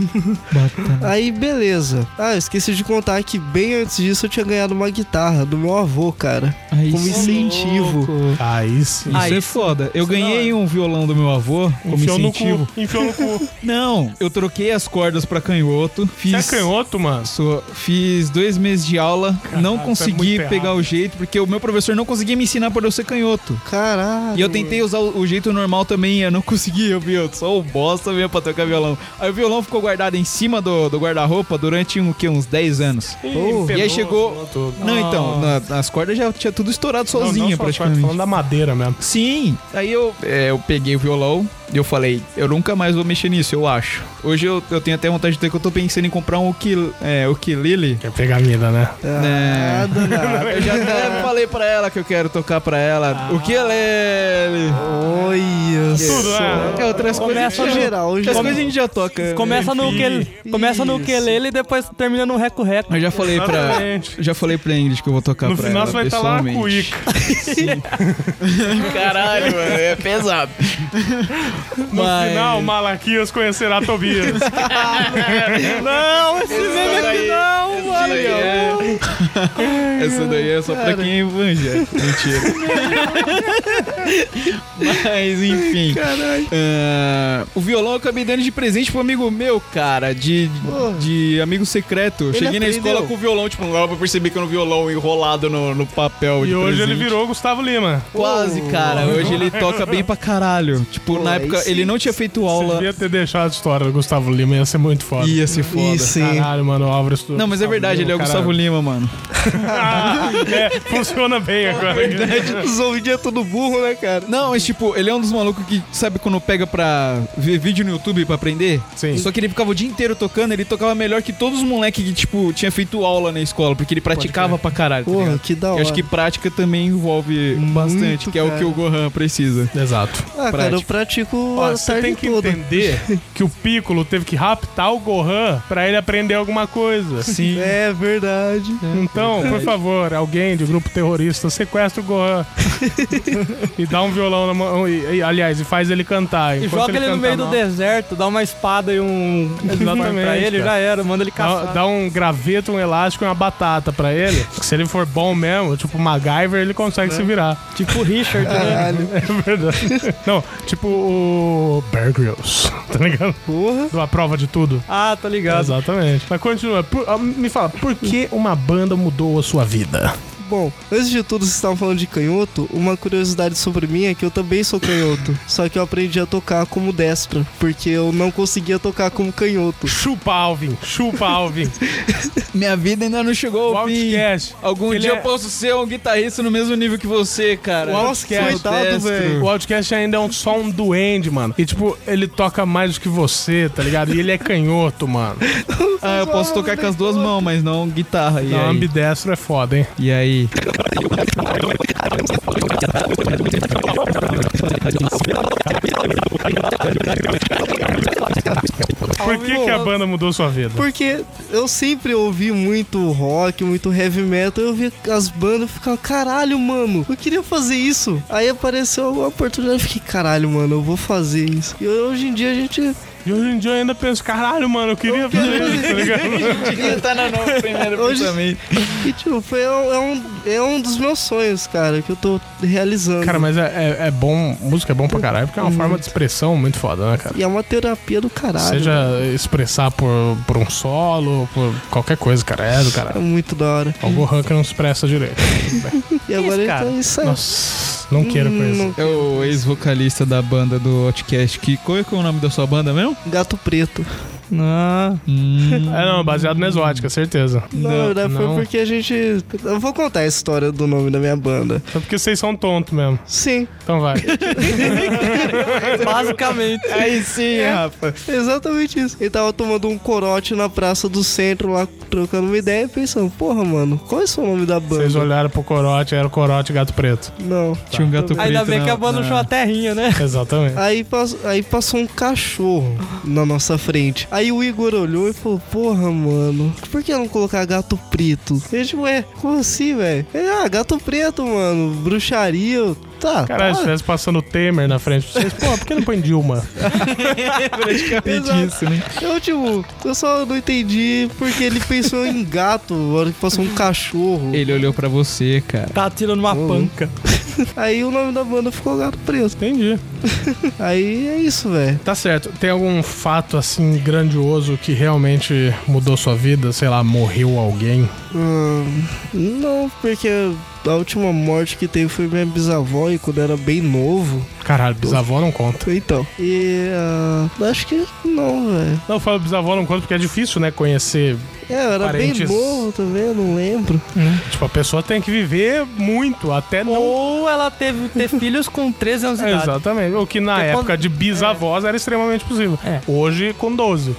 S4: Aí, beleza. Ah, eu esqueci de contar que bem antes disso eu tinha ganhado uma guitarra do meu avô, cara.
S3: Aí
S4: Como incentivo.
S2: Aí sim.
S3: Isso
S5: Aí
S3: é foda. Eu ganhei um violão do meu avô como
S2: Enfiou no
S3: incentivo.
S2: cu. Enfiou no cu.
S3: Não, eu troquei as cordas pra canhoto.
S2: Você é
S3: Fiz
S2: canhoto, mano?
S3: Sou- fiz dois meses de aula, não
S2: tá
S3: consegui
S2: muito errado.
S3: pegar o jeito, porque o meu professor não conseguia me ensinar por eu ser canhoto.
S4: Caralho.
S3: E eu tentei usar o o jeito normal também, eu não conseguia, viu? Só o bosta mesmo pra tocar violão. Aí o violão ficou guardado em cima do, do guarda-roupa durante um, que, uns 10 anos.
S2: Ih,
S3: e aí
S2: pegou,
S3: chegou.
S2: tudo.
S3: Não, então, na- as cordas já tinha tudo estourado sozinha
S2: Ah. Não, não só as partes,
S3: praticamente.
S2: falando da madeira mesmo.
S3: Sim, aí eu, é, eu peguei o violão e eu falei, eu nunca mais vou mexer nisso, eu acho. Hoje eu, eu tenho até vontade de ter que eu tô pensando em comprar um ukil- é, ukulele.
S2: Quer pegar a mina, né?
S3: né?
S4: Nada, nada.
S3: Eu já até falei pra ela que eu quero tocar pra ela. O
S2: Ah.
S3: que
S4: Olha
S2: Tudo,
S4: só.
S2: né?
S3: É, outras coisas.
S5: Começa
S3: a
S4: Em
S3: gente já-
S4: geral, em
S3: Outras
S4: geral.
S3: coisas a gente já toca. né?
S5: Começa no,
S2: Enfim.
S5: ukelele, começa no
S4: Isso.
S5: ukelele e depois termina no reco-reco.
S3: Eu já falei pra.
S2: Exatamente.
S3: Já falei pra Ingrid que eu vou tocar
S2: No
S3: pra
S2: final
S3: ela.
S2: você vai estar lá na
S3: pessoalmente.
S2: cuíca.
S3: Caralho, mano, é pesado.
S2: No
S3: Mas-
S2: final, Malaquias conhecerá Tobias.
S5: Não, esse
S2: Então
S5: meme
S3: Então
S2: é
S3: daí-
S5: aqui não, mano.
S3: daí é... Essa daí é só pra quem é evangélico. Mentira. Mas, enfim. Ah, o violão eu acabei dando de presente pro amigo meu, cara. De, de amigo secreto. Eu Cheguei na
S4: aprendeu.
S3: escola com o violão, tipo, não dava pra perceber que era um violão enrolado no, no papel.
S2: e
S3: de
S2: hoje ele
S3: presente.
S2: virou Gustavo Lima.
S3: Quase, cara. Hoje ele toca bem pra caralho. Tipo,
S4: Pô,
S3: na
S4: aí
S3: época
S4: sim.
S3: ele não tinha feito
S2: Você
S3: aula.
S2: devia ter deixado a história do Gustavo Lima, ia ser muito foda.
S3: Ia ser foda.
S4: Isso, hein?
S2: Caralho, mano, o Álvaro estudou.
S3: Não, mas é
S2: Gustavo
S3: verdade, ele
S2: Lima,
S3: é o Gustavo
S2: caralho.
S3: Lima, mano.
S2: É, funciona bem agora.
S4: Os ouvidinhos é tudo burro, né, cara?
S3: Não, mas tipo, ele é um dos malucos que sabe quando pega pra ver vídeo no YouTube pra aprender?
S2: Sim.
S3: Só que ele ficava o dia inteiro tocando, ele tocava melhor que todos os moleques que, tipo, tinha feito aula na escola, porque ele praticava pra caralho. tá
S4: Porra,
S3: ligado?
S4: que da
S3: eu
S4: hora.
S3: acho que prática também envolve bastante, que é o
S4: cara.
S3: que o Gohan precisa.
S2: Exato.
S4: Ah, cara, eu
S3: prático.
S4: pratico
S2: Ó,
S4: a
S2: você tem
S4: tarde
S2: que
S4: toda.
S2: entender que o Piccolo teve que raptar o Gohan pra ele aprender alguma coisa.
S3: Sim.
S4: É verdade.
S2: Então, por favor, alguém de grupo terrorista sequestra o Gohan e dá um violão na mão. E, e, aliás, e faz ele cantar.
S5: E
S2: Enquanto
S5: joga ele no
S2: cantar
S5: meio do
S2: mal-
S5: deserto, dá uma espada e um.
S2: Exatamente,
S5: pra ele,
S2: cara.
S5: já era, manda ele
S2: Dá,
S5: caçar.
S2: dá um graveto, um elástico e uma batata pra ele. Porque se ele for bom mesmo, tipo MacGyver, ele consegue se virar.
S5: Tipo o Richard, né?
S4: Caralho.
S2: É verdade. Não, tipo o Bear Grylls, tá ligado?
S4: Porra.
S2: Uma prova de tudo.
S5: Ah, tô ligado.
S2: Exatamente. Mas continua. Por- ah, me fala, por que uma banda mudou a sua vida?
S4: Bom, antes de tudo, vocês estavam falando de canhoto. Uma curiosidade sobre mim é que eu também sou canhoto. Só que eu aprendi a tocar como destro. Porque eu não conseguia tocar como canhoto.
S2: Chupa, Alvin. Chupa, Alvin.
S3: Minha vida ainda não chegou
S2: o
S3: ao fim.
S2: Outcast.
S3: Algum
S2: Ele
S3: dia
S2: é-
S3: eu posso ser um guitarrista no mesmo nível que você, cara.
S2: O Outcast.
S3: Sou
S4: Coitado,
S3: destro.
S4: velho.
S2: O Outcast ainda é um, só um duende, mano. E, tipo, ele toca mais do que você, tá ligado? E ele é canhoto, mano.
S3: Ah, eu posso tocar com as duas mãos, mas não guitarra. E
S2: Não,
S3: aí?
S2: ambidestro é foda, hein?
S3: E aí?
S2: Por que, que a banda mudou sua vida?
S4: Porque eu sempre ouvi muito rock, muito heavy metal. Eu vi as bandas e ficava, caralho, mano, eu queria fazer isso. Aí apareceu uma oportunidade e fiquei, caralho, mano, eu vou fazer isso. E hoje em dia a gente.
S2: E hoje em dia eu ainda penso, caralho, mano, eu queria fazer isso, tá ligado?
S3: tá na nossa primeira
S4: Hoje- E, tipo, foi, é, um- é um, é um dos meus sonhos, cara, que eu tô realizando.
S2: Cara, mas é, é- é bom, música é bom pra caralho, porque é uma forma de expressão muito foda, né, cara?
S4: E é uma terapia do caralho.
S2: Seja expressar por, por um solo, por qualquer coisa, cara, é do
S4: É
S2: caralho.
S4: muito da hora.
S2: O Gohan que não se expressa direito. Tudo bem.
S4: E agora
S5: cara?
S4: então é isso aí.
S2: Nossa, não quero conhecer.
S3: É o ex-vocalista da banda do Outcast. Que, qual é, que é o nome da sua banda mesmo? Hum,
S4: Gato preto.
S5: Ah,
S2: É, não, baseado na exótica, certeza.
S4: Não, na verdade
S2: não.
S4: foi porque a gente. Eu vou contar a história do nome da minha banda.
S2: Só É porque vocês são tontos mesmo.
S4: Sim,
S2: Então vai.
S5: basicamente.
S3: Aí sim, Rafa.
S4: é exatamente isso. Ele tava tomando um corote na praça do centro lá, trocando uma ideia e pensando, porra, mano, qual é o nome da banda?
S2: Vocês olharam pro corote, era o corote gato preto.
S4: Não.
S3: Tinha um gato
S5: Ainda
S3: preto
S2: né?
S5: bem
S3: na-
S5: que a banda
S2: Ah.
S3: na-
S5: não chama terrinha, né?
S2: Exatamente.
S4: Aí, pas- aí passou um cachorro na nossa frente. Aí o Igor olhou e falou: Porra, mano, por que não colocar gato preto? Eu tipo, ué, como assim, velho? Ele, Ah, gato preto, mano, bruxaria. eu- Tá,
S2: Caralho, é se
S4: tá.
S2: estivesse passando o Temer na frente de vocês, pô, por que não põe Dilma?
S3: Praticamente isso, né?
S4: Eu, tipo, eu só não entendi porque ele pensou em gato, na hora que passou um cachorro.
S3: Ele olhou pra você, cara.
S5: Tá tirando uma panca.
S4: Aí o nome da banda ficou Gato Preto.
S2: Entendi.
S4: Aí é isso, velho.
S2: Tá certo. Tem algum fato, assim, grandioso que realmente mudou sua vida? Sei lá, morreu alguém?
S4: Hum, não, porque a última morte que teve foi minha bisavó e quando eu era bem novo.
S2: Caralho, bisavó não conta.
S4: Então. E ah, acho que não, velho.
S2: Não, eu falo bisavó não conta porque é difícil, né, conhecer.
S4: É, eu era bem
S2: Parentes.
S4: novo também, eu não lembro.
S2: Tipo, a pessoa tem que viver muito, até não...
S5: Ou ela teve ter filhos com 13 anos de idade.
S2: Exatamente. O que na
S5: Porque
S2: época
S5: quando-
S2: de bisavós era extremamente possível.
S5: É.
S2: Hoje, com 12.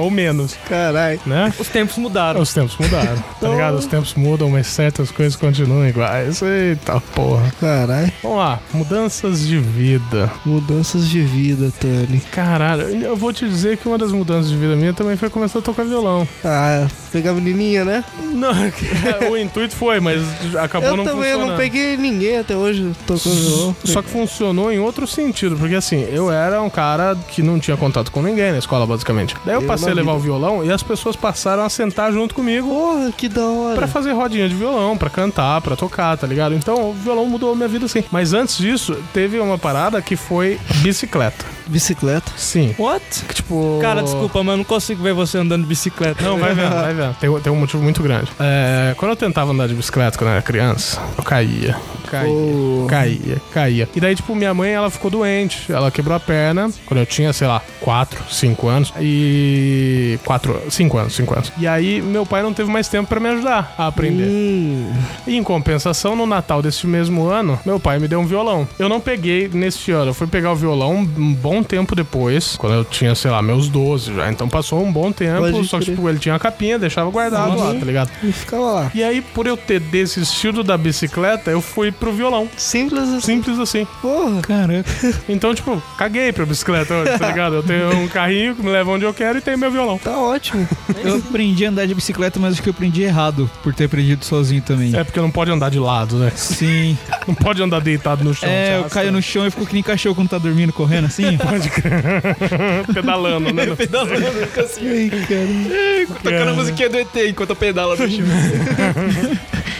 S2: Ou menos,
S4: Caralho.
S2: né?
S5: Os tempos mudaram.
S2: Os tempos mudaram, tá ligado? Os tempos mudam, mas certas coisas continuam iguais. Eita porra.
S4: Caralho.
S2: Vamos lá, mudanças de vida.
S4: Mudanças de vida, Tani.
S2: Caralho, eu vou te dizer que uma das mudanças de vida minha também foi começar a tocar violão.
S4: Ah, pegar a menininha, né?
S2: Não, É, o intuito foi, mas acabou
S4: eu
S2: não
S4: também
S2: funcionando.
S4: não peguei ninguém até hoje tocando violão.
S2: Só que funcionou em outro sentido, porque assim, eu era um cara que não tinha contato com ninguém na escola, basicamente. Daí eu
S4: Eu
S2: passei a
S4: na
S2: levar o violão e as pessoas passaram a sentar junto comigo
S4: Porra, Ah, que da hora.
S2: Pra fazer rodinha de violão, pra cantar, pra tocar, tá ligado? Então o violão mudou a minha vida sim. Mas antes disso, teve uma parada que foi bicicleta.
S4: Bicicleta.
S2: Sim.
S5: What?
S2: Que, tipo.
S5: Cara, desculpa, mas eu não consigo ver você andando de bicicleta.
S2: Não, vai vendo, vai vendo. Tem, tem um motivo muito grande. É, quando eu tentava andar de bicicleta quando eu era criança, eu caía. Caía.
S4: Ô,
S2: Caía, caía. E daí, tipo, minha mãe, ela ficou doente. Ela quebrou a perna quando eu tinha, sei lá, 4, 5 anos. E. 4, 5 anos, 5 anos. E aí, meu pai não teve mais tempo pra me ajudar a aprender.
S4: Hum,
S2: E em compensação, no Natal deste mesmo ano, meu pai me deu um violão. Eu não peguei neste ano, eu fui pegar o violão um bom tempo depois, quando eu tinha, sei lá, meus 12 já. Então passou um bom tempo,
S4: Pode
S2: só que
S4: crer.
S2: tipo, ele tinha a capinha, deixava guardado lá, tá ligado?
S4: e ficava lá.
S2: E aí, por eu ter desistido da bicicleta, eu fui pro violão.
S4: Simples assim,
S2: Simples assim.
S4: porra.
S3: Caraca.
S2: Então, tipo, caguei pra bicicleta hoje, tá ligado? Eu tenho um carrinho que me leva onde eu quero e tenho meu violão.
S4: Tá ótimo.
S3: Eu aprendi a andar de bicicleta, mas acho que eu aprendi errado por ter aprendido sozinho também.
S2: É porque não pode andar de lado, né?
S3: Sim.
S2: Não pode andar deitado no chão.
S3: É, eu caio no chão e fico que nem cachorro quando tá dormindo, correndo assim. Pode
S2: chão. Pedalando, né?
S4: Ai, cara.
S3: tocando a musiquinha do ET enquanto eu pedalo no chão.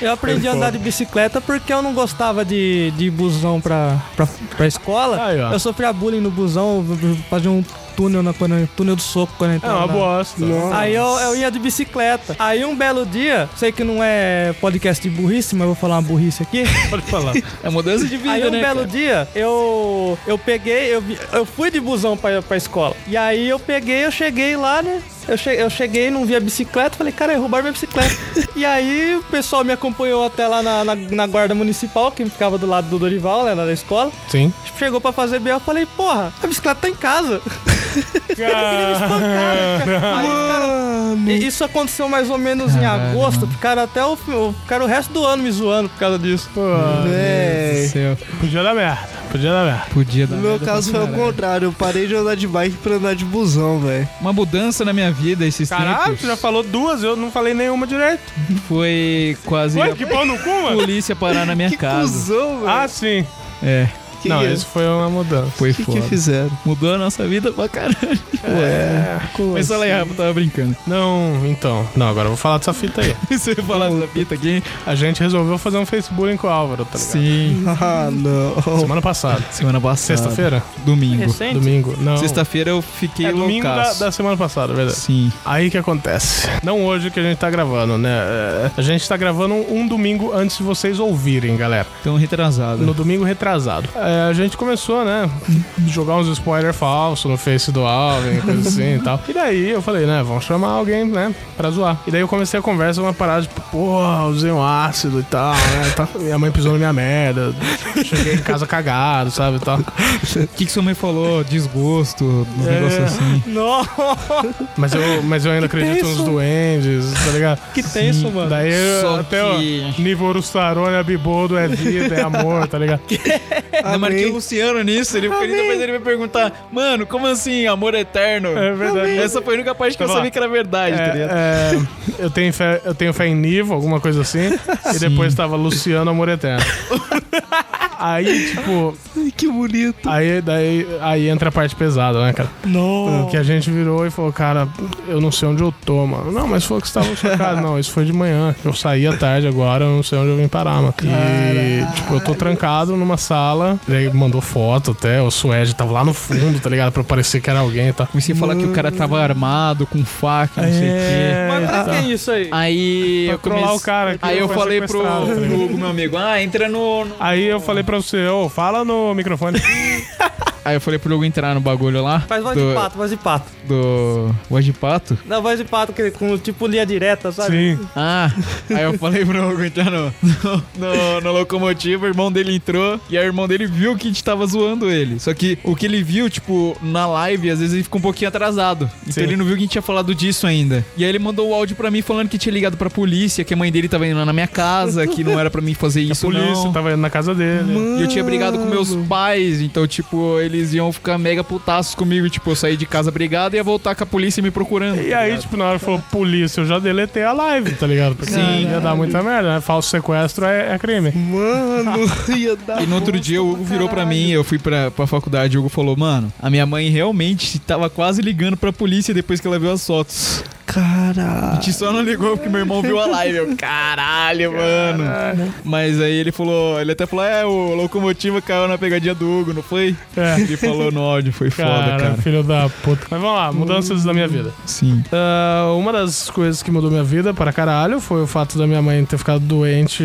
S5: Eu aprendi a andar de bicicleta porque eu não gostava de, de busão pra, pra, pra escola.
S2: Aí, ó.
S5: Eu sofria bullying no busão, eu fazia um túnel, na, quando eu- túnel do soco quando eu
S2: É
S5: entrava.
S2: uma
S5: na-
S2: bosta.
S4: Nossa.
S5: Aí eu, eu ia de bicicleta. Aí um belo dia, sei que não é podcast de burrice, mas eu vou falar uma burrice aqui.
S2: Pode falar.
S3: É mudança de vida,
S5: Aí um
S3: né?
S5: belo
S3: cara?
S5: dia, eu eu peguei, eu, vi- eu fui de busão pra, pra escola. E aí eu peguei, eu cheguei lá, né? Eu, che, eu cheguei, não vi a bicicleta, falei, cara, roubaram minha bicicleta. e aí o pessoal me acompanhou até lá na, na, na guarda municipal, que ficava do lado do Dorival, né, lá da escola.
S2: Sim.
S5: Chegou pra fazer B.O., eu falei, porra, a bicicleta tá em casa. É. Aí, cara, e- isso aconteceu mais ou menos em agosto, ficaram até o, fi- o- ficaram o resto do ano me zoando por causa disso.
S2: Pô,
S3: Meu
S4: Véi.
S3: Deus do céu.
S2: podia dar merda. Podia dar merda.
S3: Podia dar
S4: No meu
S3: merda
S4: caso
S3: pra
S4: foi ao
S3: caralho.
S4: contrário, eu parei de andar de bike pra andar de busão, velho.
S3: Uma mudança na minha vida esses
S2: Caralho,
S3: tempos.
S2: tu já falou duas, eu não falei nenhuma direito.
S3: Foi quase
S2: Ué,
S3: a
S2: que pau no cu, mano.
S3: polícia parar na minha
S4: Que
S3: casa.
S4: cuzão, velho.
S2: Ah, sim.
S3: É,
S4: que
S2: não, isso foi uma mudança.
S3: foi
S4: que,
S3: foda.
S4: que fizeram?
S3: Mudou a nossa vida pra caralho.
S2: É.
S4: Ué, como
S3: Mas olha aí,
S4: assim?
S3: Rafa, tava brincando.
S2: Não, então. Não, agora eu vou falar dessa fita aí.
S3: Você ia falar dessa fita aqui?
S2: A gente resolveu fazer um Facebook com o Álvaro, tá ligado?
S3: Sim,
S4: Ah, não.
S2: Semana passada.
S3: semana passada.
S2: Sexta-feira?
S3: Domingo.
S5: Recente?
S2: Domingo? Não.
S3: Sexta-feira eu fiquei
S2: é domingo da,
S3: loucaço.
S2: da semana passada, é verdade.
S3: Sim.
S2: Aí que acontece. Não hoje que a gente tá gravando, né? É, A gente tá gravando um domingo antes de vocês ouvirem, galera.
S3: Tão retrasado.
S2: No domingo retrasado. é, a gente começou, né? Jogar uns spoiler falso no Face do Alvin, coisa assim e tal. E daí eu falei, né? Vamos chamar alguém, né? Pra zoar. E daí eu comecei a conversa, uma parada, tipo, porra, usei um ácido e tal, né? e tal. Minha mãe pisou na minha merda. Cheguei em casa cagado, sabe? e Tal.
S3: O que, que sua mãe falou? Desgosto, um
S2: É.
S3: negócio assim.
S2: Mas, eu, mas eu ainda acredito nos duendes, tá ligado?
S5: Que tenso, mano.
S2: Daí eu-
S3: Só
S2: até o
S3: que-
S2: nível Orustarone, Abibodo, é vida, é amor, tá ligado?
S3: Ainda marquei o
S4: Amei.
S3: Luciano nisso, ele porque depois ele vai perguntar, mano, como assim, amor eterno?
S2: É verdade.
S3: Essa foi a única parte que eu
S2: Tá bom.
S3: sabia que era verdade, tá ligado?
S2: É, é, eu, tenho fé, eu tenho fé em Nivo, alguma coisa assim. E depois tava Luciano Amor Eterno. Aí, tipo,
S4: Que bonito.
S2: aí, daí, aí entra a parte pesada, né, cara?
S5: Não.
S2: Que a gente virou e falou, cara, eu não sei onde eu tô, mano. Não, mas foi que você tava chocado. Não, isso foi de manhã. Eu saí à tarde agora, eu não sei onde eu vim parar, mano. E, tipo, eu tô trancado numa sala. Ele mandou foto até, o Suede tava lá no fundo, tá ligado? Pra parecer que era alguém, tá?
S3: Comecei a falar que o cara tava armado, com faca, não sei o quê.
S5: Mas pra
S2: tá.
S5: que isso
S3: Ah,
S5: aí?
S3: Aí
S2: Pra
S3: eu comecei...
S2: trollar o cara que
S3: Aí eu
S2: foi
S3: falei pro
S2: sequestrado, tá ligado?
S3: Hugo, meu amigo, ah, entra no... no-
S2: Aí eu falei pra você, ô, fala no microfone.
S3: Aí eu falei pro Hugo entrar no bagulho lá.
S5: Faz voz de
S3: do,
S5: pato, voz de pato.
S3: Do... Voz de pato?
S5: Dá voz de pato que, com tipo linha direta, sabe?
S2: Sim.
S3: Ah, aí eu falei pro Hugo entrar no, no, no, no locomotivo, o irmão dele entrou e aí o irmão dele viu que a gente tava zoando ele. Só que o que ele viu, tipo, na live, às vezes ele ficou um pouquinho atrasado. Então
S2: Sim.
S3: ele não viu que a gente tinha falado disso ainda. E aí ele mandou o áudio pra mim falando que tinha ligado pra polícia, que a mãe dele tava indo lá na minha casa, que não era pra mim fazer
S2: A
S3: isso
S2: polícia tá
S3: não.
S2: tava indo na casa dele.
S3: E eu tinha brigado com meus pais, então, tipo, eles iam ficar mega putaços comigo. Tipo, eu saí de casa brigado e ia voltar com a polícia me procurando.
S2: E aí, tipo, na hora falou polícia, eu já deletei a live, tá ligado? Porque Sim. ia dar muita merda, né? Falso sequestro é, é crime.
S4: Mano, ia dar.
S3: E no outro dia o Hugo virou pra mim, eu fui pra, pra faculdade, o Hugo falou, mano, a minha mãe realmente tava quase ligando pra polícia depois que ela viu as fotos. A
S4: Cara.
S3: gente só não ligou porque meu irmão viu a live. Eu, caralho, mano. Mas aí ele falou, ele até falou, é, o locomotiva caiu na pegadinha do Hugo, não foi?
S2: É.
S3: Ele falou no áudio, foi
S2: Cara,
S3: foda, cara.
S2: filho da puta. Mas vamos lá, mudanças da minha vida.
S3: Sim.
S2: Ah, uma das coisas que mudou minha vida para caralho foi o fato da minha mãe ter ficado doente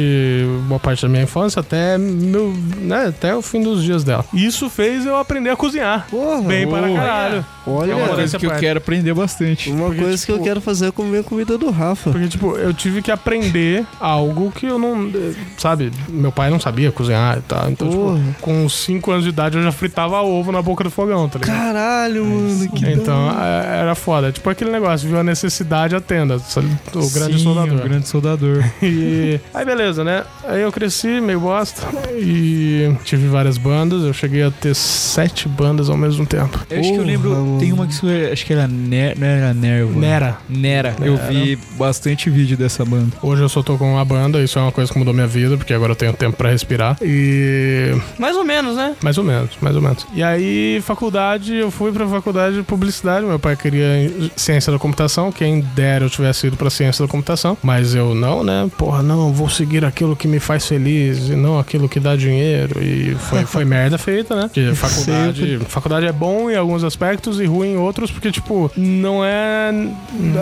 S2: boa parte da minha infância até, meu, né, até o fim dos dias dela. Isso fez eu aprender a cozinhar.
S4: Porra.
S2: Bem para caralho.
S4: Olha,
S3: É uma
S2: Olha
S3: coisa
S2: essa
S3: que eu
S2: parte.
S3: quero aprender bastante.
S4: uma
S2: porque,
S4: coisa que eu
S2: tipo-
S4: quero fazer é comer a comida do Rafa.
S2: Porque, tipo, eu tive que aprender algo que eu não. eh, Sabe, meu pai não sabia cozinhar e tal. Então,
S4: Porra.
S2: tipo, com 5 anos de idade eu já fritava ovo na boca do fogão, tá ligado?
S4: Caralho, mano. Que
S2: Então é- era foda. Tipo aquele negócio, viu a necessidade, atenda. sabe? O grande
S3: Sim,
S2: soldador.
S3: O grande soldador.
S2: E aí beleza, né? Aí eu cresci meio bosta e tive várias bandas. Eu cheguei a ter sete bandas ao mesmo tempo.
S3: Eu acho que eu lembro,
S4: Porra,
S3: tem uma que foi- acho que era, ner, não era Nervo.
S2: Nera.
S3: Nera. Eu vi bastante vídeo dessa banda.
S2: Hoje eu só tô com uma banda, isso é uma coisa que mudou minha vida, porque agora eu tenho tempo pra respirar. E
S5: Mais ou menos, né?
S2: Mais ou menos, mais ou menos. E aí, faculdade, eu fui pra faculdade de publicidade. Meu pai queria ciência da computação. Quem dera eu tivesse ido pra ciência da computação. Mas eu não, né? Porra, não, vou seguir aquilo que me faz feliz e não aquilo que dá dinheiro. E foi, foi merda feita, né? Porque faculdade, faculdade é bom em alguns aspectos e ruim em outros, porque, tipo, não é.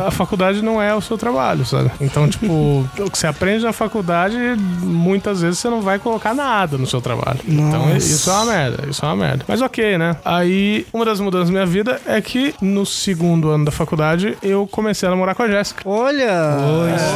S2: A faculdade não é o seu trabalho, sabe? Então, tipo, o que você aprende na faculdade, muitas vezes você não vai colocar nada no seu trabalho. Então,
S4: Nossa.
S2: isso é uma merda, isso é uma merda. Mas ok, né? Aí, uma das mudanças da minha vida é que no segundo ano da faculdade eu comecei a namorar com a Jéssica.
S4: Olha!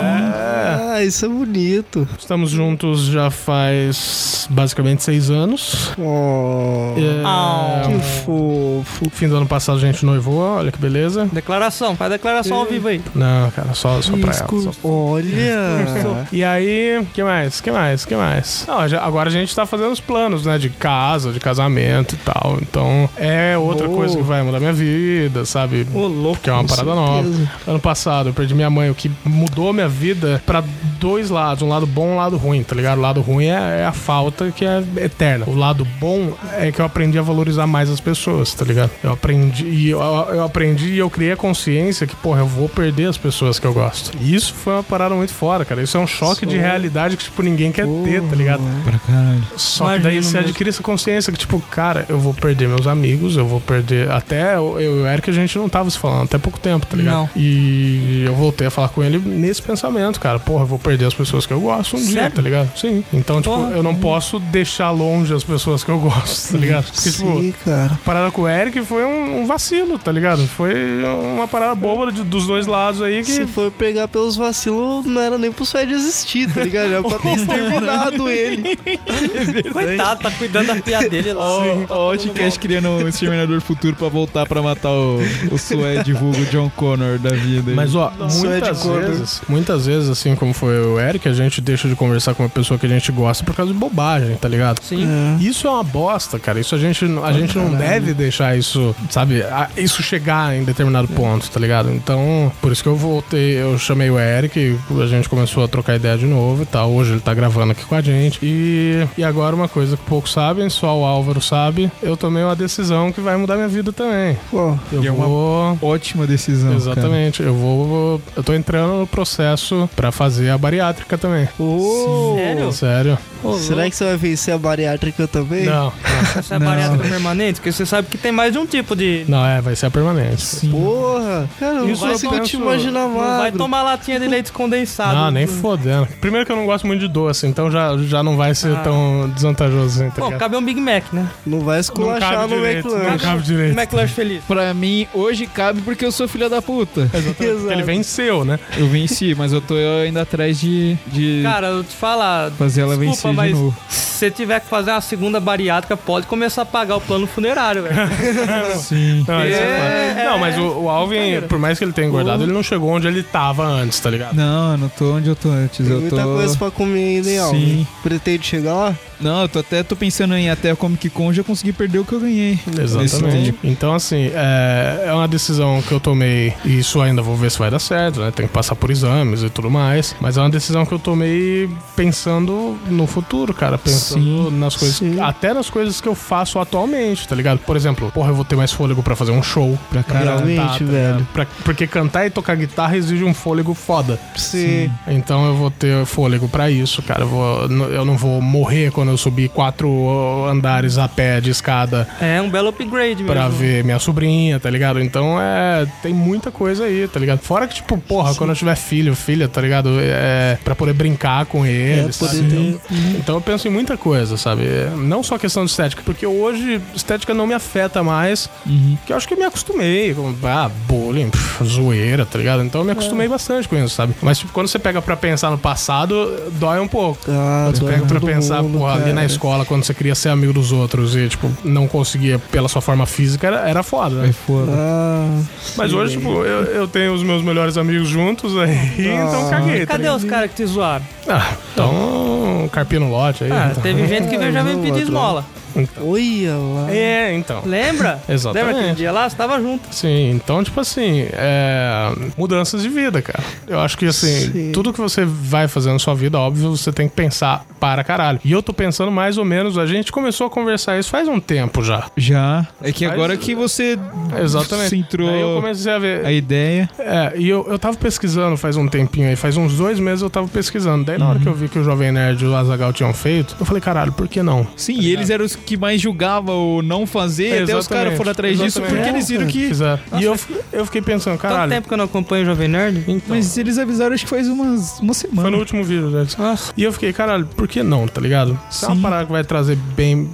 S4: Ah, isso é bonito.
S2: Estamos juntos já faz basicamente seis anos.
S4: Oh,
S2: É,
S5: Au.
S4: que fofo.
S2: Fim do ano passado a gente noivou, olha que beleza.
S5: Declaração, faz declaração ao vivo aí.
S2: Não, cara, só, só pra ela. só-
S4: Olha!
S2: E aí, que mais? Que mais? Que mais? Não, já- agora a gente tá fazendo os planos, né? De casa, de casamento e tal. Então é outra
S4: Boa.
S2: coisa que vai mudar minha vida, sabe?
S5: Ô, louco.
S2: Que é uma parada nova. Ano passado eu perdi minha mãe, o que mudou minha vida pra dois lados, um lado bom e um lado ruim, tá ligado? O lado ruim é, é a falta que é eterna. O lado bom é que eu aprendi a valorizar mais as pessoas, tá ligado? Eu aprendi e eu, eu aprendi e eu criei a consciência que, porra, eu vou perder as pessoas que eu gosto. E isso foi uma parada muito fora, cara. Isso é um choque de realidade que, tipo, ninguém quer ter, tá ligado?
S3: Pra caralho.
S2: Só que daí
S5: Imagino
S2: você
S5: mesmo.
S2: adquire essa consciência que, tipo, cara, eu vou perder meus amigos, eu vou perder. Até eu eu e o Eric a gente não tava se falando até pouco tempo, tá ligado?
S5: Não.
S2: E eu voltei a falar com ele nesse pensamento, cara. Porra, eu vou perder as pessoas que eu gosto um dia,
S5: Sério?
S2: tá ligado? Sim. Então, tipo,
S5: Porra.
S2: eu não posso deixar longe as pessoas que eu gosto, tá ligado? Porque, tipo,
S4: Sim, cara.
S2: parada com o Eric foi um, um vacilo, tá ligado? Foi uma parada boba de- dos dois lados aí que.
S4: Se for pegar pelos vacilos, não era nem pro Fred existir, tá ligado? Era pra ter exterminado ele.
S5: Coitado, tá cuidando da pia dele lá.
S3: Ó, ó, o Outcast criando um Exterminador Futuro pra vulgar pra matar o, o Suede vulgo John Connor da vida.
S2: Mas ó,
S4: Isso é de
S2: muitas
S4: cor, né?
S2: vezes, muitas vezes, assim como foi o Eric, a gente deixa de conversar com uma pessoa que a gente gosta por causa de bobagem, tá ligado?
S5: Sim.
S2: Isso é uma bosta, cara. Isso a gente, a gente não
S3: né?
S2: deve deixar isso, sabe? a- isso chegar em determinado ponto, tá ligado? Então, por isso que eu voltei, eu chamei o Eric, a gente começou a trocar ideia de novo e tal. Hoje ele tá gravando aqui com a gente. E, e agora uma coisa que poucos sabem, só o Álvaro sabe, eu tomei uma decisão que vai mudar minha vida também.
S4: Pô,
S2: Eu
S3: E é uma-
S2: vou...
S3: Ótima decisão. cara.
S2: Exatamente, eu vou. Eu tô entrando no processo pra fazer a bariátrica também.
S5: Sério?
S2: Sério?
S4: será que você vai vencer a bariátrica também?
S2: Não,
S5: Essa é bariátrica permanente? Porque você sabe que tem mais de um tipo de.
S2: não é, vai ser a permanente.
S4: Porra! Cara, eu não
S2: Isso eu
S4: consigo
S2: penso-
S4: te imaginar
S5: Não vai
S4: magro.
S5: tomar latinha de leite condensado.
S2: Não, nem fodendo. Primeiro que eu não gosto muito de doce, então já, já não vai ser
S5: Ah.
S2: tão desvantajoso, assim, tá
S5: Bom,
S2: ligado?
S5: cabe um Big Mac, né?
S4: Não vai
S2: não
S4: esculachar
S2: cabe
S4: no
S2: direito, não
S4: McLaren.
S2: cabe direito.
S5: McLanche feliz.
S3: Pra mim, hoje cabe porque eu sou filha da puta.
S2: Porque Ele venceu, né?
S3: Eu venci, mas eu tô ainda atrás de, de
S5: Cara, eu te falar.
S3: fazer ela
S5: desculpa,
S3: vencer
S5: mas-
S3: de novo.
S5: Se você tiver que fazer uma segunda bariátrica, pode começar a pagar o plano funerário, velho.
S3: Sim.
S2: Não, isso é
S5: É, Uhum.
S2: foda. Não, mas o, o Alvin, por mais que ele tenha engordado, ele não chegou onde ele tava antes, tá ligado?
S3: Não, eu não tô onde eu tô antes.
S4: Tem
S3: Eu
S4: muita
S3: tô.
S4: coisa pra comer ainda, hein,
S3: Sim.
S4: Alvin? Pretende chegar lá?
S3: Não, eu tô até tô pensando em ir até a Comic Con já consegui perder o que eu ganhei. Nesse
S2: Exatamente.
S3: tempo.
S2: Então, assim, é, é uma decisão que eu tomei, e isso ainda vou ver se vai dar certo, né? Tem que passar por exames e tudo mais. Mas é uma decisão que eu tomei pensando no futuro, cara. Pensando nas coisas.
S4: sim.
S2: Até nas coisas que eu faço atualmente, tá ligado? Por exemplo, porra, eu vou ter mais fôlego pra fazer um show. Pra caralho.
S4: Realmente, velho.
S2: Pra- porque cantar e tocar guitarra exige um fôlego foda.
S4: Sim.
S2: Então eu vou ter fôlego pra isso, cara. Eu, vou- eu não vou morrer quando eu subir quatro ó, andares a pé de escada
S5: É um belo upgrade mesmo.
S2: Pra ver minha sobrinha, tá ligado? Então é. Tem muita coisa aí, tá ligado? Fora que, tipo, porra, quando eu tiver filho, filha, tá ligado? É. Pra poder brincar com
S4: É,
S2: ele, sabe?
S4: poder ter...
S2: Então eu penso em muita coisa, sabe? É, Não só questão de estética, porque hoje estética não me afeta mais,
S3: Uhum.
S2: que eu acho que eu me acostumei. Com, ah, bullying, pff, zoeira, tá ligado?
S4: É.
S2: Então eu me acostumei bastante com isso, sabe? Mas, tipo, quando você pega pra pensar no passado, dói um pouco.
S4: Ah,
S2: Você
S4: dói
S2: pega pra
S4: todo
S2: pensar,
S4: mundo,
S2: porra, ali
S4: cara.
S2: na escola, quando você queria ser amigo dos outros e, tipo, não conseguia pela sua forma física, era, era foda,
S3: É
S2: né?
S3: foda.
S4: Ah,
S2: Mas
S4: sim.
S2: hoje, tipo, eu, eu tenho os meus melhores amigos juntos aí, então
S4: Ah.
S2: caguei. tá
S5: Cadê
S2: ligado?
S5: os caras que te zoaram?
S2: Ah, então, carpia no lote aí.
S5: Ah,
S2: então.
S5: teve gente que veio já veio
S4: não,
S5: pedir
S4: outro.
S5: esmola.
S4: Olha lá.
S2: É, então.
S5: Lembra? Lembra aquele
S2: Exatamente.
S5: dia lá? Você tava junto.
S2: Sim, então, tipo assim, é... mudanças de vida, cara. Eu acho que, assim,
S4: Sim.
S2: tudo que você vai fazer na sua vida, óbvio, você tem que pensar para caralho. E eu tô pensando mais ou menos, a gente começou a conversar isso faz um tempo já.
S3: Já. É que
S2: Mas-
S3: agora que você
S2: Exatamente.
S3: se entrou
S2: Daí eu comecei a ver.
S3: a ideia.
S2: É, e eu, eu tava pesquisando faz um tempinho aí, faz uns dois meses eu tava pesquisando. Daí na hora que eu vi que o Jovem Nerd e o Azagal tinham feito, eu falei, caralho, por que não?
S3: Sim, e eles eram os que mais julgavam o não fazer, e até os
S2: Exatamente,
S3: caras foram atrás disso,
S2: exatamente. É,
S3: porque eles viram que.
S2: Fizeram. E eu, fi- eu fiquei pensando,
S5: Tanto
S2: caralho.
S5: tempo que eu não acompanho o Jovem Nerd.
S2: então,
S3: Mas eles avisaram, acho que faz umas, uma
S2: Foi no
S3: semana.
S2: último vídeo, né? E eu fiquei, caralho, por que não, tá ligado? Se é uma
S3: Sim.
S2: parada que vai trazer bem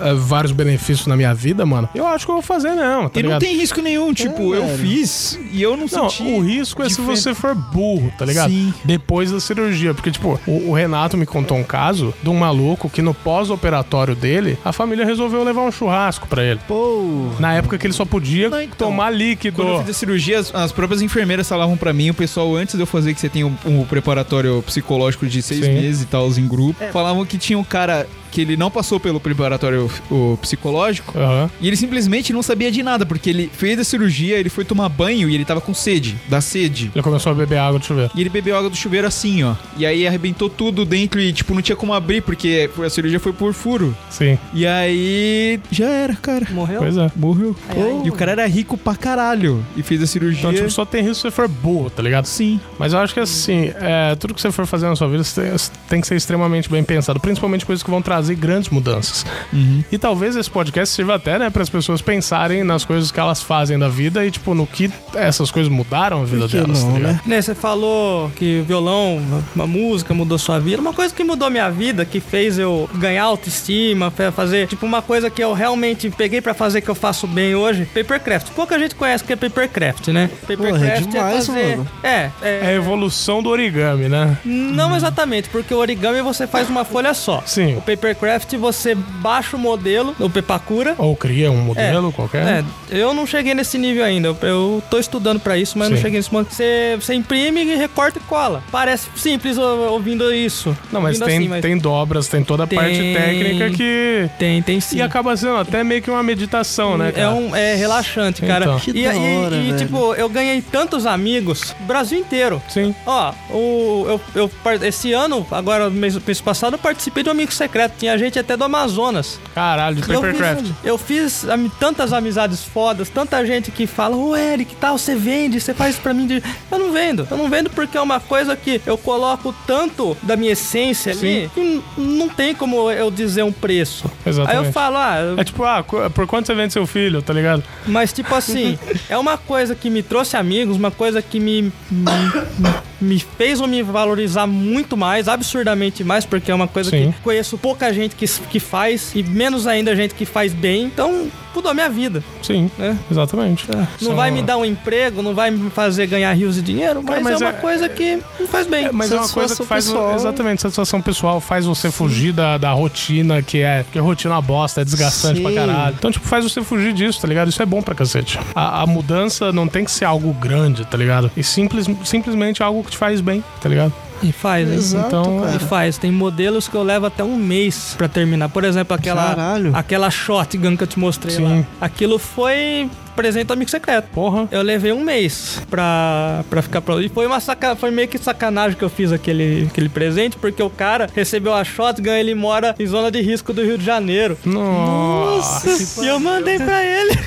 S2: eh, vários benefícios na minha vida, mano, eu acho que eu vou fazer não, tá
S3: e não
S2: ligado?
S3: tem risco nenhum, tipo, eu
S4: velho.
S3: fiz e eu não,
S2: Não,
S3: senti.
S2: o risco é se
S3: diferente.
S2: você for burro, tá ligado?
S3: Sim.
S2: Depois da cirurgia. Porque, tipo, o, o Renato me contou um caso de um maluco que no pós-operatório dele, a família resolveu levar um churrasco pra ele.
S4: Pô,
S2: Na época que ele só podia
S3: Não, então.
S2: tomar líquido.
S3: Quando eu fiz a cirurgia, as, as próprias enfermeiras falavam pra mim, o pessoal, antes de eu fazer que você tem um, um preparatório psicológico de seis
S2: Sim.
S3: meses e tal, em grupo, falavam que tinha um cara que ele não passou pelo preparatório o psicológico
S2: Aham.
S3: e ele simplesmente não sabia de nada, porque ele fez a cirurgia, ele foi tomar banho e ele tava com sede, da sede.
S2: Ele começou a beber água do chuveiro.
S3: E ele bebeu água do chuveiro assim, ó. E aí arrebentou tudo dentro e, tipo, não tinha como abrir, porque a cirurgia foi por furo.
S2: Sim,
S3: E aí. Já era, cara.
S5: Morreu?
S2: pois é.
S3: Morreu.
S5: Ai, ai.
S3: E o cara era rico pra caralho. E fez a cirurgia.
S2: Então, tipo, só tem risco se você for burro, tá ligado?
S3: Sim.
S2: Mas eu acho que assim, é, tudo que você for fazer na sua vida, você tem, você tem que ser extremamente bem pensado, principalmente coisas que vão fazer grandes mudanças.
S4: Uhum.
S2: E talvez esse podcast sirva até, né, para as pessoas pensarem nas coisas que elas fazem da vida e, tipo, no que essas coisas mudaram a vida
S4: que
S2: delas,
S4: não,
S2: tá ligado?
S4: né?
S5: Né, você falou que violão, a música mudou sua vida. Uma coisa que mudou minha vida, que fez eu ganhar autoestima, fe- fazer, tipo, uma coisa que eu realmente peguei pra fazer que eu faço bem hoje, papercraft. Pouca gente conhece o que é papercraft, né? Papercraft
S4: é demais, mano.
S5: É,
S2: É a
S5: é,
S2: evolução do origami, né?
S5: não exatamente, porque o origami você faz uma folha só.
S2: Sim.
S5: O papercraft você baixa o modelo, o pepacura,
S2: Ou cria um modelo qualquer.
S5: é, eu não cheguei nesse nível ainda. Eu, eu tô estudando pra isso, mas não
S2: Sim.
S5: cheguei nesse momento. Você, você imprime, recorta e cola. Parece simples ou- ouvindo isso.
S2: Não, mas
S5: Ouvindo
S2: tem,
S5: assim, mas
S2: tem dobras, tem toda a parte
S5: Tem.
S2: técnica que.
S5: tem, tem sim.
S2: E acaba sendo até meio que uma meditação, né?
S5: É,
S2: cara?
S5: um, é relaxante, cara.
S2: Então.
S5: E,
S4: Que
S5: e,
S4: da hora,
S5: e,
S4: velho.
S5: tipo, eu ganhei tantos amigos, Brasil inteiro.
S2: Sim.
S5: Ó, o, eu, eu par- esse ano, agora mês, mês passado, eu participei de um amigo secreto. Tinha gente até do Amazonas.
S2: Caralho, de
S5: Eu
S2: Papercraft.
S5: fiz, um, eu fiz ami- tantas amizades fodas, tanta gente que fala, ô Eric, tal, você vende, você faz isso pra mim. de-" Eu não vendo. Eu não vendo porque é uma coisa que eu coloco tanto da minha essência ali que n- não tem como eu dizer um preço.
S2: Exatamente.
S5: Aí eu falo, ah, eu-
S2: É tipo, ah, qu- por quanto você vende seu filho, tá ligado?
S5: mas tipo assim, é uma coisa que me trouxe amigos, uma coisa que me, me, me fez eu me valorizar muito mais, absurdamente mais, porque é uma coisa
S2: Sim.
S5: que conheço pouca gente que, s- que faz, e menos ainda gente que faz bem, então mudou a minha vida.
S2: Sim,
S5: É.
S2: exatamente.
S5: Não
S2: São-
S5: vai me dar um emprego, não vai me fazer ganhar rios de dinheiro, mas,
S2: mas
S5: é
S2: é-
S5: uma coisa que me faz bem.
S2: É, mas é uma coisa que
S4: Satisfação
S2: faz. o-
S4: pessoal.
S2: Exatamente, satisfação pessoal faz você fugir da, da rotina, que é. Que rotina é uma bosta, é desgastante
S4: Sim.
S2: pra caralho. Então, tipo, faz você fugir disso, tá ligado? Isso é bom pra cacete. A, a mudança não tem que ser algo grande, tá ligado? E simples, simplesmente algo que te faz bem, tá ligado?
S5: E faz, hein?
S4: Exato,
S2: Então,
S5: E
S4: cara.
S5: faz. Tem modelos que eu levo até um mês pra terminar. Por exemplo, aquela,
S4: Caralho.
S5: aquela shotgun que eu te mostrei
S2: Sim.
S5: lá. Aquilo foi presente do amigo secreto.
S2: Porra.
S5: Eu levei um mês pra, pra ficar pronto. E foi, uma saca, foi meio que sacanagem que eu fiz aquele, aquele presente, porque o cara recebeu a shotgun, ele mora em zona de risco do Rio de Janeiro.
S2: Nossa.
S4: tipo,
S5: E eu mandei pra ele.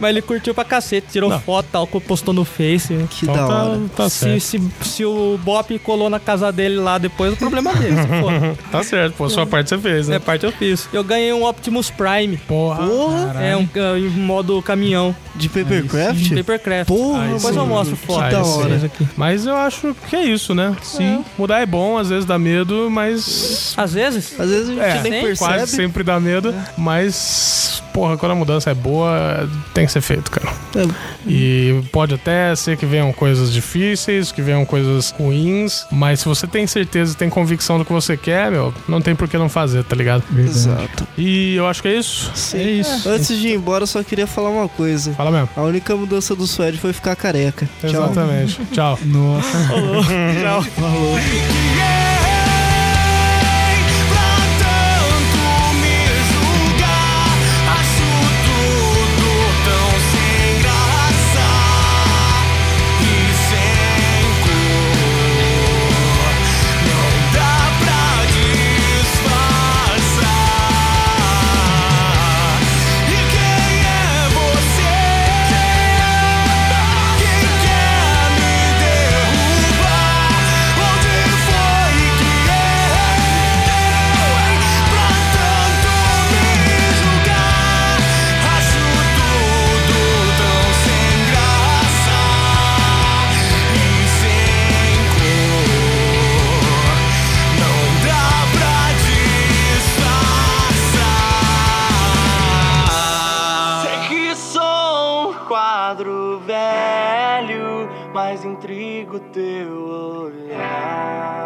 S5: Mas ele curtiu pra cacete, tirou
S2: Não.
S5: foto, tal, postou no Face.
S4: Que
S2: Então
S4: da
S2: tá,
S4: hora.
S2: tá certo.
S5: se, se, se o Bop colou na casa dele lá depois, o problema dele. se for.
S2: Tá certo, pô. Sua parte você fez,
S5: Minha
S2: né?
S5: parte eu fiz. Eu ganhei um Optimus Prime.
S2: Porra.
S4: Porra.
S5: É um, ca- um modo caminhão.
S4: De papercraft?
S2: Tipo,
S5: Papercraft.
S4: Porra,
S2: Aí
S5: Depois eu
S2: sim.
S5: mostro
S4: Que
S5: foto.
S2: Aí
S4: da
S2: sim.
S4: hora.
S2: Mas eu acho que é isso, né? Sim. Mudar é bom, às vezes dá medo, mas.
S5: Às vezes,
S4: Às vezes a gente
S2: É,
S4: nem percebe. É.
S2: quase sempre dá medo, mas. Porra, quando a mudança é boa, tem que ser feito, cara.
S4: É.
S2: E pode até ser que venham coisas difíceis, que venham coisas ruins, mas se você tem certeza e tem convicção do que você quer, meu, não tem por que não fazer, tá ligado?
S4: Exato.
S2: E eu acho que é isso.
S4: Sim.
S2: É isso.
S4: Antes de ir embora, eu só queria falar uma coisa.
S2: Fala mesmo.
S4: A única mudança do Suede foi ficar careca. Tchau.
S2: Exatamente. Tchau.
S3: Nossa.
S7: Sei que sou um quadro velho, mas intrigo teu olhar.